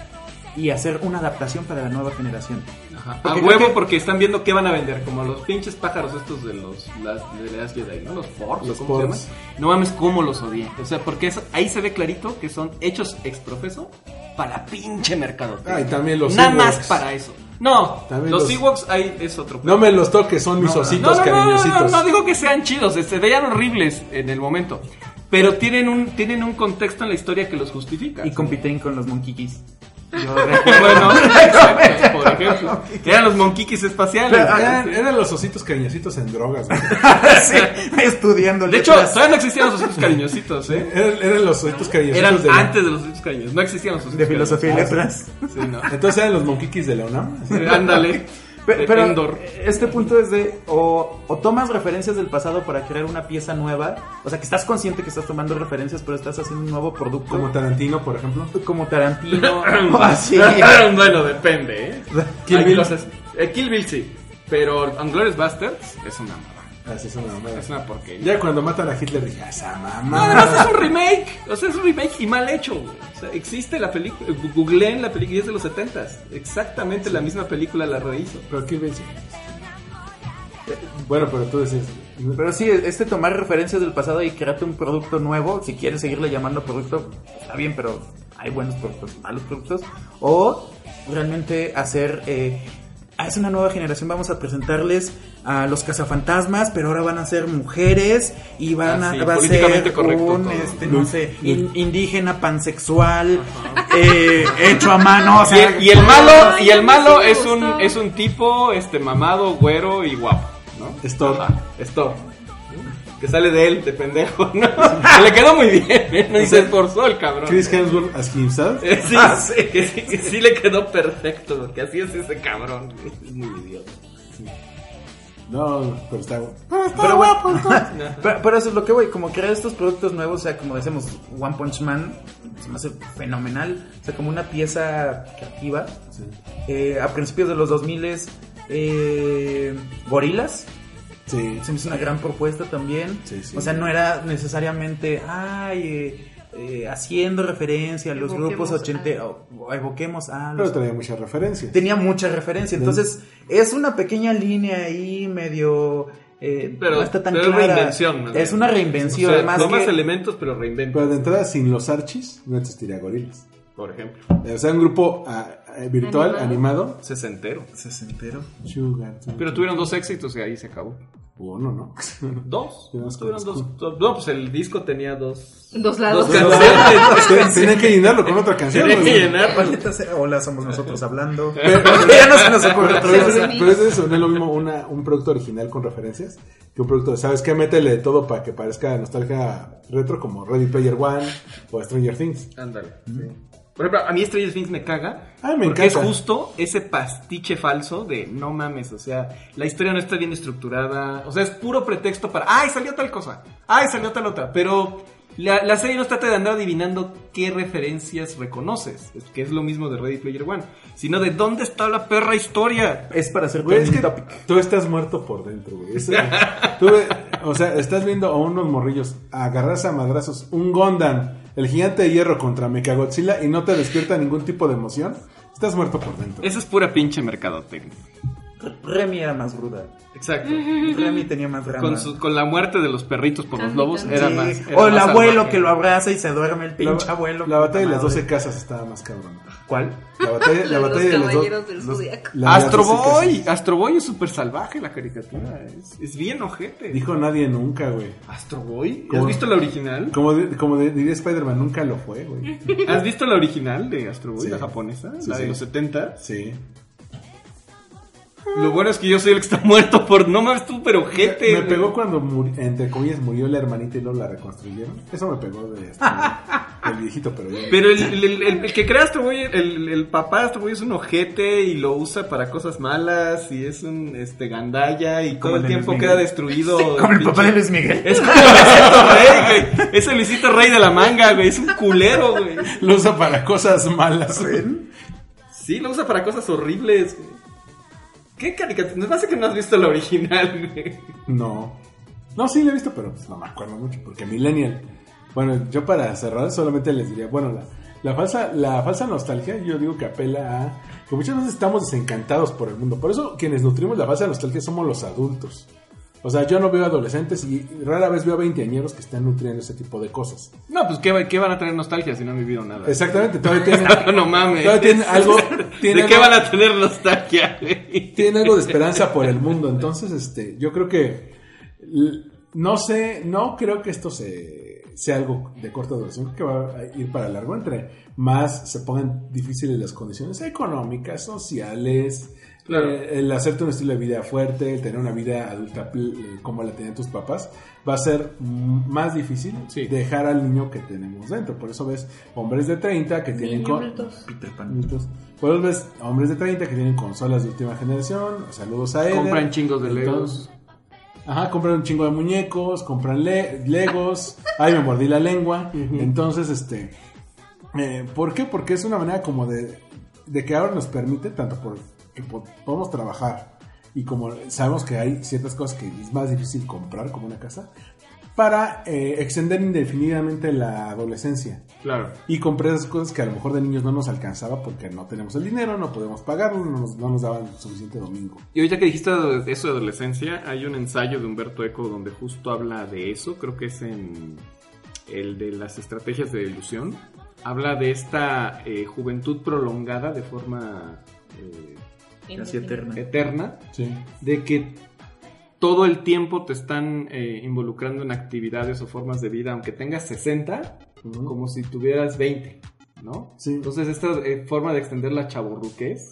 [SPEAKER 3] y hacer una adaptación para la nueva generación.
[SPEAKER 2] Ah, A
[SPEAKER 3] Porque creo
[SPEAKER 2] huevo
[SPEAKER 3] que-
[SPEAKER 2] porque están viendo qué van a vender, como los pinches pájaros estos de los las, de las Jedi, ¿no? Los porcs,
[SPEAKER 4] Los
[SPEAKER 2] ¿o ¿cómo se
[SPEAKER 4] porcs.
[SPEAKER 2] llaman? No mames, cómo los odié. O sea, porque eso- ahí se ve clarito que son hechos exprofeso para pinche mercado.
[SPEAKER 4] Ah, y también los
[SPEAKER 2] Nada
[SPEAKER 4] Ewoks.
[SPEAKER 2] más para eso. No,
[SPEAKER 4] También
[SPEAKER 2] los,
[SPEAKER 4] los-
[SPEAKER 2] Ewoks ahí es otro.
[SPEAKER 4] No me los toques, son mis
[SPEAKER 2] No,
[SPEAKER 4] ositos
[SPEAKER 2] no, no, no,
[SPEAKER 4] cariñositos.
[SPEAKER 2] No, no, no digo que sean chidos, se veían horribles en el momento. Pero tienen un, tienen un contexto en la historia que los justifica.
[SPEAKER 3] Y compiten con los monquiquis. Yo
[SPEAKER 2] Bueno, exacto, por ejemplo. Eran los monquiquis espaciales.
[SPEAKER 4] Pero ah,
[SPEAKER 2] ¿no?
[SPEAKER 4] eran, eran los ositos cariñositos en drogas, güey.
[SPEAKER 3] sí, estudiando.
[SPEAKER 2] De hecho,
[SPEAKER 3] letras.
[SPEAKER 2] todavía no existían los ositos cariñositos, ¿eh?
[SPEAKER 4] Eran, eran los ositos cariñositos
[SPEAKER 2] Eran
[SPEAKER 4] de la- Ah,
[SPEAKER 2] antes de los ositos cariñosos. No existían los ositos
[SPEAKER 3] de filosofía y
[SPEAKER 2] cariñosos.
[SPEAKER 3] letras.
[SPEAKER 2] Sí, no.
[SPEAKER 4] Entonces eran los monquiquis de la UNAM. así.
[SPEAKER 2] Ándale.
[SPEAKER 3] Pe-
[SPEAKER 2] De
[SPEAKER 3] Pero,
[SPEAKER 2] Endor.
[SPEAKER 3] este punto es de o, o tomas referencias del pasado para crear una pieza nueva, o sea que estás consciente que estás tomando referencias, pero estás haciendo un nuevo producto
[SPEAKER 4] Como Tarantino, por ejemplo.
[SPEAKER 3] como Tarantino, o así.
[SPEAKER 2] bueno, depende, ¿eh?
[SPEAKER 3] Ah, Kill
[SPEAKER 2] Hay
[SPEAKER 3] Bill.
[SPEAKER 2] cosas- eh, Kill Bill sí. Pero Anglorious Bastards es una mamada.
[SPEAKER 4] Así son las mamadas.
[SPEAKER 2] Es una porquería.
[SPEAKER 4] Ya cuando matan a Hitler dije, "Ah, esa
[SPEAKER 2] No,
[SPEAKER 4] mamá.
[SPEAKER 2] además es un remake. O sea, es un remake y mal hecho. güey. O sea, existe la película. Googleen la película y es de los 70s. Exactamente la misma película la rehizo.
[SPEAKER 4] Pero Kill Bill sí. Bueno, pero tú decías.
[SPEAKER 3] Pero sí, este tomar referencias del pasado y crearte un producto nuevo, si quieres seguirle llamando producto, está bien, pero hay buenos productos, malos productos. O realmente hacer, eh, ah, es una nueva generación, vamos a presentarles a los cazafantasmas, pero ahora van a ser mujeres y van
[SPEAKER 2] Ah, sí,
[SPEAKER 3] a, va a
[SPEAKER 2] políticamente
[SPEAKER 3] ser
[SPEAKER 2] correcto
[SPEAKER 3] un,
[SPEAKER 2] todo.
[SPEAKER 3] este, no sé, in- indígena, pansexual, eh, hecho a mano, o
[SPEAKER 2] Y
[SPEAKER 3] sea,
[SPEAKER 2] el, y el malo,
[SPEAKER 5] Ay,
[SPEAKER 2] y el
[SPEAKER 5] sí
[SPEAKER 2] malo
[SPEAKER 5] me
[SPEAKER 2] es un
[SPEAKER 5] gustó.
[SPEAKER 2] es un tipo este mamado, güero y guapo, ¿no?
[SPEAKER 4] Stop.
[SPEAKER 2] Ajá, Stop. Que sale de él, de pendejo, ¿no? Que le quedó muy bien, ¿eh? No, y se esforzó el cabrón.
[SPEAKER 4] Chris Hemsworth as himself.
[SPEAKER 2] Eh, Sí, sí, que sí, que sí le quedó perfecto, lo que así es ese cabrón. güey. Es muy idiota.
[SPEAKER 4] No, pero está.
[SPEAKER 3] Pero, bueno, pero, pero eso es lo que voy, como crear estos productos nuevos, o sea, como decimos, One Punch Man, se me hace fenomenal, o sea, como una pieza creativa.
[SPEAKER 4] Sí.
[SPEAKER 3] Eh, a principios de los 2000 eh, Gorilas,
[SPEAKER 4] Sí.
[SPEAKER 3] se me hizo una gran propuesta también.
[SPEAKER 4] Sí, sí.
[SPEAKER 3] O sea, no era necesariamente, ay, eh, eh, haciendo referencia a los
[SPEAKER 5] Evoquemos
[SPEAKER 3] grupos
[SPEAKER 5] a-
[SPEAKER 3] 80, o, o evoquemos a los
[SPEAKER 4] Pero traía muchas referencias.
[SPEAKER 3] tenía mucha referencia. Entonces, es una pequeña línea ahí medio. eh,
[SPEAKER 2] Pero-
[SPEAKER 3] no está tan
[SPEAKER 2] pero es
[SPEAKER 3] clara.
[SPEAKER 2] reinvención, ¿no?
[SPEAKER 3] Es una
[SPEAKER 2] O
[SPEAKER 3] reinvención.
[SPEAKER 2] sea,
[SPEAKER 3] más
[SPEAKER 2] tomas
[SPEAKER 3] que-
[SPEAKER 2] elementos, pero reinventas,
[SPEAKER 4] Pero de entrada, sin los archis, no existiría gorilas.
[SPEAKER 2] por ejemplo.
[SPEAKER 4] O sea, un grupo ah, eh, virtual, animado.
[SPEAKER 2] Sesentero.
[SPEAKER 3] Sesentero.
[SPEAKER 4] Sugar. Sugar.
[SPEAKER 2] Pero tuvieron dos éxitos y ahí se acabó.
[SPEAKER 4] Uno, ¿no?
[SPEAKER 2] ¿Dos?
[SPEAKER 4] Yo no
[SPEAKER 2] Tuvieron
[SPEAKER 4] conozco.
[SPEAKER 2] dos, dos- No, pues el disco tenía dos...
[SPEAKER 5] Dos
[SPEAKER 3] Ah,
[SPEAKER 5] lados.
[SPEAKER 2] Dos canciones.
[SPEAKER 4] Es que Tenían que llenarlo con otra canción.
[SPEAKER 2] Tenía
[SPEAKER 4] o
[SPEAKER 2] que
[SPEAKER 4] sea.
[SPEAKER 3] ¿eh?
[SPEAKER 2] llenar.
[SPEAKER 3] Paleta se- Hola, somos nosotros hablando. ya no se nos ocurre otra
[SPEAKER 4] Pero es,
[SPEAKER 3] cosa.
[SPEAKER 4] pero es eso, no es lo mismo una, un producto original con referencias que un producto, ¿sabes qué? Métele de todo para que parezca nostalgia retro como Ready Player One o Stranger Things.
[SPEAKER 2] Ándale. Por ejemplo, a mí Stranger Things me caga.
[SPEAKER 4] Ah, me
[SPEAKER 2] porque
[SPEAKER 4] encanta.
[SPEAKER 2] es justo ese pastiche falso de no mames, o sea, la historia no está bien estructurada. O sea, es puro pretexto para, ay, salió tal cosa, ay, salió tal otra. Pero la, la serie no trata de andar adivinando qué referencias reconoces, es- que es lo mismo de Ready Player One, sino de dónde está la perra historia.
[SPEAKER 3] Es para hacer
[SPEAKER 4] Güey, es que
[SPEAKER 3] trending topic.
[SPEAKER 4] tú estás muerto por dentro, güey. Eso- tú, eh, o sea, estás viendo a unos morrillos agarrarse a madrazos, un Gondan, el gigante de hierro contra Mechagodzilla y no te despierta ningún tipo de emoción. Estás muerto por dentro.
[SPEAKER 2] Esa es pura pinche mercadotecnia.
[SPEAKER 3] Remy era más ruda.
[SPEAKER 2] Exacto.
[SPEAKER 3] Remy tenía más drama.
[SPEAKER 2] Con, su- con la muerte de los perritos por los
[SPEAKER 5] Cambio,
[SPEAKER 2] lobos
[SPEAKER 5] cambio.
[SPEAKER 2] era
[SPEAKER 3] Sí.
[SPEAKER 2] más. era
[SPEAKER 3] o el
[SPEAKER 2] más
[SPEAKER 3] abuelo
[SPEAKER 2] salvaje.
[SPEAKER 3] que lo abraza y se duerme el
[SPEAKER 4] La,
[SPEAKER 3] pinche abuelo.
[SPEAKER 4] la batalla de las
[SPEAKER 3] Madre.
[SPEAKER 4] 12 casas estaba más cabrón.
[SPEAKER 3] ¿Cuál?
[SPEAKER 4] La batalla, la
[SPEAKER 5] Los
[SPEAKER 4] batalla de las
[SPEAKER 5] caballeros del
[SPEAKER 4] los-
[SPEAKER 5] Zodiaco.
[SPEAKER 4] la de las 12
[SPEAKER 2] Astro Boy.
[SPEAKER 4] casas.
[SPEAKER 2] Astro Boy es súper salvaje la caricatura. Es, es bien ojete.
[SPEAKER 4] Dijo nadie nunca, güey.
[SPEAKER 2] ¿Astro Boy? ¿Has
[SPEAKER 4] ¿Cómo?
[SPEAKER 2] visto la original?
[SPEAKER 4] Como, di- como di- diría Spider-Man, nunca lo fue, güey.
[SPEAKER 2] ¿Has visto la original de Astro Boy,
[SPEAKER 4] Sí.
[SPEAKER 2] la japonesa?
[SPEAKER 4] Sí,
[SPEAKER 2] la de
[SPEAKER 4] sí.
[SPEAKER 2] los 70.
[SPEAKER 4] Sí.
[SPEAKER 2] Lo bueno es que yo soy el que está muerto por no mames tú, pero ojete.
[SPEAKER 4] Me
[SPEAKER 2] güey.
[SPEAKER 4] pegó cuando, muri- entre comillas, murió la hermanita y luego la reconstruyeron. Eso me pegó de este, el viejito, pero ya.
[SPEAKER 2] Pero el, el- el- el- el que crea Astro Boy, el, el papá de Astro Boy es un ojete y lo usa para cosas malas y es un este gandalla y
[SPEAKER 3] Como
[SPEAKER 2] todo
[SPEAKER 3] el
[SPEAKER 2] el
[SPEAKER 3] de
[SPEAKER 2] tiempo
[SPEAKER 3] Luis
[SPEAKER 2] queda
[SPEAKER 3] Miguel.
[SPEAKER 2] destruido.
[SPEAKER 3] Como el
[SPEAKER 2] pinche-
[SPEAKER 3] papá de Luis Miguel.
[SPEAKER 2] Es como Luisito Rey, güey. Es el Luisito Rey de la manga, güey. Es un culero, güey.
[SPEAKER 4] Lo usa para cosas malas, güey.
[SPEAKER 2] Sí, lo usa para cosas horribles, güey. ¿Qué caricatura? Me parece que no has visto la original, güey.
[SPEAKER 4] No. No, sí lo he visto, pero pues, no me acuerdo mucho, porque Millennial. Bueno, yo para cerrar solamente les diría, bueno, la, la falsa, la falsa nostalgia yo digo que apela a que muchas veces estamos desencantados por el mundo. Por eso quienes nutrimos la falsa nostalgia somos los adultos. O sea, yo no veo adolescentes y rara vez veo a veinteañeros que están nutriendo ese tipo de cosas.
[SPEAKER 2] No, pues ¿qué, va- qué van a tener nostalgia si no han vivido nada?
[SPEAKER 4] Exactamente, todavía tienen,
[SPEAKER 2] no mames.
[SPEAKER 4] Pues, todavía tienen algo, tienen
[SPEAKER 2] ¿De qué
[SPEAKER 4] algo-
[SPEAKER 2] van a tener nostalgia, güey?
[SPEAKER 4] tiene algo de esperanza por el mundo. Entonces, este, yo creo que l- no sé, no creo que esto se, sea algo de corta duración, creo que va a ir para largo. Entre más se pongan difíciles las condiciones económicas, sociales,
[SPEAKER 2] Claro.
[SPEAKER 4] eh, el hacerte un estilo de vida fuerte, el tener una vida adulta pl- eh, como la tenían tus papás, va a ser mm, más difícil
[SPEAKER 2] Sí.
[SPEAKER 4] dejar al niño que tenemos dentro. Por eso ves hombres de 30 que tienen co-
[SPEAKER 5] Niñitos.
[SPEAKER 3] Peter Pan.
[SPEAKER 4] Entonces, Pues ves hombres de 30 que tienen consolas de última generación. Saludos a él.
[SPEAKER 2] Compran chingos de
[SPEAKER 4] Entonces,
[SPEAKER 2] Legos.
[SPEAKER 4] Ajá, compran un chingo de muñecos, compran le- Legos. Ay, me mordí la lengua. Entonces, este. eh, ¿Por qué? Porque es una manera como de, de que ahora nos permite, tanto por que po- podemos trabajar y como sabemos que hay ciertas cosas que es más difícil comprar, como una casa, para eh, extender indefinidamente la adolescencia
[SPEAKER 2] Claro.
[SPEAKER 4] y compré esas cosas que a lo mejor de niños no nos alcanzaba porque no tenemos el dinero, no podemos pagarlo, no nos, no nos daban suficiente domingo.
[SPEAKER 2] Y ahorita que dijiste de- de eso de adolescencia, hay un ensayo de Humberto Eco donde justo habla de eso, creo que es en el de las estrategias de ilusión. Habla de esta eh, juventud prolongada de forma eh,
[SPEAKER 3] Casi eterna.
[SPEAKER 2] eterna,
[SPEAKER 4] Sí.
[SPEAKER 2] de que todo el tiempo te están eh, involucrando en actividades o formas de vida, aunque tengas 60, como si tuvieras 20, ¿no?
[SPEAKER 4] Sí.
[SPEAKER 2] Entonces esta eh, forma de extender la chaborruquez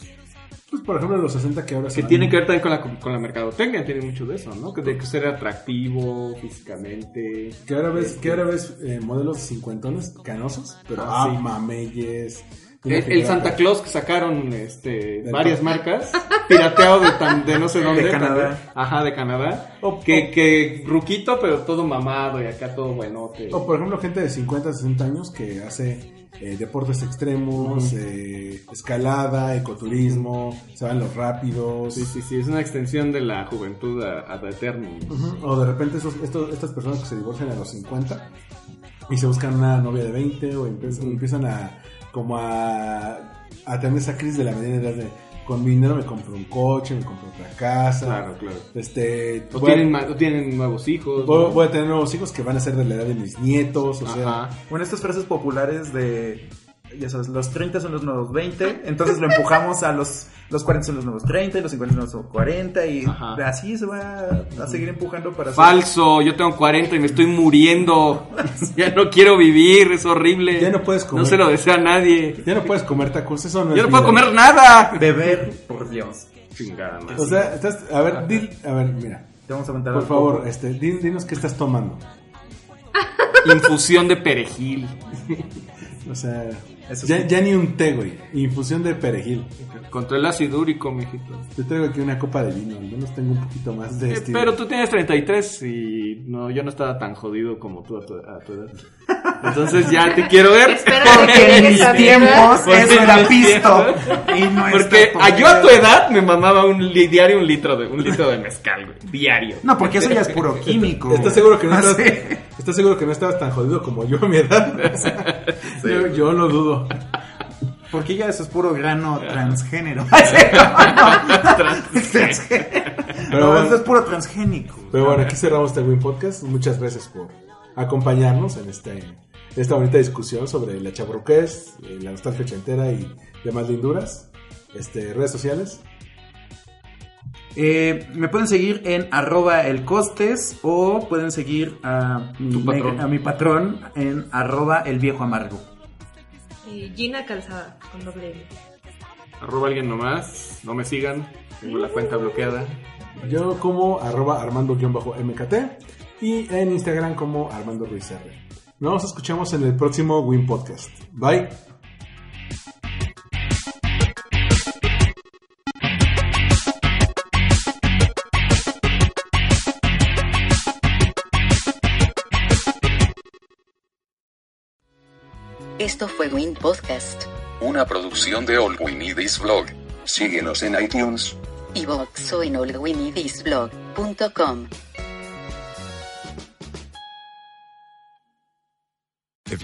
[SPEAKER 4] Pues, por ejemplo, los 60 que ahora se
[SPEAKER 2] que
[SPEAKER 4] van-
[SPEAKER 2] tiene que ver también con la, con la mercadotecnia, tiene mucho de eso, ¿no? Que de que ser atractivo físicamente.
[SPEAKER 4] Que ahora ves, que ahora ves eh, modelos cincuentones canosos, pero
[SPEAKER 2] Ah,
[SPEAKER 4] ah,
[SPEAKER 2] sí.
[SPEAKER 4] mameyes.
[SPEAKER 2] El,
[SPEAKER 4] Una
[SPEAKER 2] el
[SPEAKER 4] figura
[SPEAKER 2] Santa
[SPEAKER 4] acá.
[SPEAKER 2] Claus que sacaron este,
[SPEAKER 4] Del
[SPEAKER 2] varias
[SPEAKER 4] top.
[SPEAKER 2] marcas, pirateado de, tan- de no sé dónde.
[SPEAKER 3] De Canadá.
[SPEAKER 2] también. Ajá, de Canadá.
[SPEAKER 4] O-
[SPEAKER 2] que, que ruquito, pero todo mamado y acá todo buenote.
[SPEAKER 4] O por ejemplo, gente de 50, 60 años que hace eh, deportes extremos, eh, escalada, ecoturismo, se van los rápidos.
[SPEAKER 2] Sí, sí, sí, es una extensión de la juventud a- ad eternum.
[SPEAKER 4] Ujú, O de repente esos- estos- estas personas que se divorcian a los 50 y se buscan una novia de 20 o empiezan, empiezan a como a, a tener esa crisis de la mediana edad de con mi dinero me compro un coche, me compro otra casa,
[SPEAKER 2] Claro, claro.
[SPEAKER 4] este
[SPEAKER 2] O,
[SPEAKER 4] voy, a-
[SPEAKER 2] tienen, ma- o tienen nuevos hijos.
[SPEAKER 4] voy-
[SPEAKER 2] ¿no?
[SPEAKER 4] voy a tener nuevos hijos que van a ser de la edad de mis nietos, o sea,
[SPEAKER 2] Ajá.
[SPEAKER 3] Bueno, estas frases populares de, ya sabes, los 30 son los nuevos 20, entonces lo empujamos a los, los 40 son los nuevos 30, y los 50 son los nuevos 40, y
[SPEAKER 2] Ajá.
[SPEAKER 3] así se va a seguir empujando para... ser-
[SPEAKER 2] Falso, yo tengo 40 y me estoy muriendo. ya no quiero vivir, es horrible.
[SPEAKER 4] Ya no puedes comer.
[SPEAKER 2] No se lo desea a nadie.
[SPEAKER 4] ya no puedes comer tacos, eso no
[SPEAKER 2] Yo
[SPEAKER 4] es
[SPEAKER 2] no puedo
[SPEAKER 4] vida.
[SPEAKER 2] comer nada.
[SPEAKER 3] Beber, por Dios.
[SPEAKER 2] Chingada
[SPEAKER 4] O sea, estás- a ver, di- a ver, mira,
[SPEAKER 3] Te vamos a aventar
[SPEAKER 4] por
[SPEAKER 3] al
[SPEAKER 4] favor,
[SPEAKER 3] poco.
[SPEAKER 4] este, di- dinos qué estás tomando.
[SPEAKER 2] Infusión de perejil.
[SPEAKER 4] O sea,
[SPEAKER 3] Eso
[SPEAKER 4] ya,
[SPEAKER 3] sí.
[SPEAKER 4] ya ni un té, güey. Infusión de perejil.
[SPEAKER 2] Contra el ácido úrico, mijito.
[SPEAKER 4] Yo traigo aquí una copa de vino, al menos tengo un poquito más de
[SPEAKER 2] Eh,
[SPEAKER 4] estilo.
[SPEAKER 2] pero tú tienes 33 y no, yo no estaba tan jodido como tú a tu, a tu edad. Entonces ya te quiero ver.
[SPEAKER 5] Espera que
[SPEAKER 3] Porque en
[SPEAKER 5] llegue
[SPEAKER 3] mis
[SPEAKER 5] esa
[SPEAKER 3] tiempos
[SPEAKER 2] Porque
[SPEAKER 3] eso
[SPEAKER 2] en
[SPEAKER 3] era
[SPEAKER 2] mis
[SPEAKER 3] pisto.
[SPEAKER 2] tiempos.
[SPEAKER 3] Y no está
[SPEAKER 2] Porque
[SPEAKER 3] por
[SPEAKER 2] a yo a tu
[SPEAKER 3] Dios.
[SPEAKER 2] edad Ah, me mamaba un li- diario un litro de un litro de mezcal, güey, diario.
[SPEAKER 3] No, porque eso ya es puro químico.
[SPEAKER 4] ¿Estás seguro que no
[SPEAKER 3] Ah,
[SPEAKER 4] estabas,
[SPEAKER 3] sí.
[SPEAKER 4] estás seguro que no estabas tan jodido como yo a mi edad? O sea, yo, yo lo dudo.
[SPEAKER 3] Porque ya eso es puro grano transgénero. Transgénero.
[SPEAKER 4] Pero
[SPEAKER 3] No,
[SPEAKER 4] bueno.
[SPEAKER 3] eso es puro transgénico.
[SPEAKER 4] Pero bueno, aquí cerramos The Win Podcast. Muchas gracias por acompañarnos en, este, en esta bonita discusión sobre la chabruqués, eh, la nostalgia ochentera y demás linduras. Este, redes sociales.
[SPEAKER 3] Eh, me pueden seguir en arroba el costes o pueden seguir a mi,
[SPEAKER 2] Tu patrón.
[SPEAKER 3] neg- a mi patrón en arroba el viejo amargo.
[SPEAKER 5] Y Gina Calzada, con doble L.
[SPEAKER 2] Arroba alguien nomás. No me sigan. Tengo la cuenta bloqueada.
[SPEAKER 4] Yo como arroba armando-mkt y en Instagram como armando ruiz R. Nos escuchamos en el próximo Win Podcast. Bye.
[SPEAKER 6] Esto fue Win Podcast
[SPEAKER 7] Una producción de All We Need Is Blog. Síguenos en iTunes.
[SPEAKER 6] y boxo en allwinidisblog.com.
[SPEAKER 8] If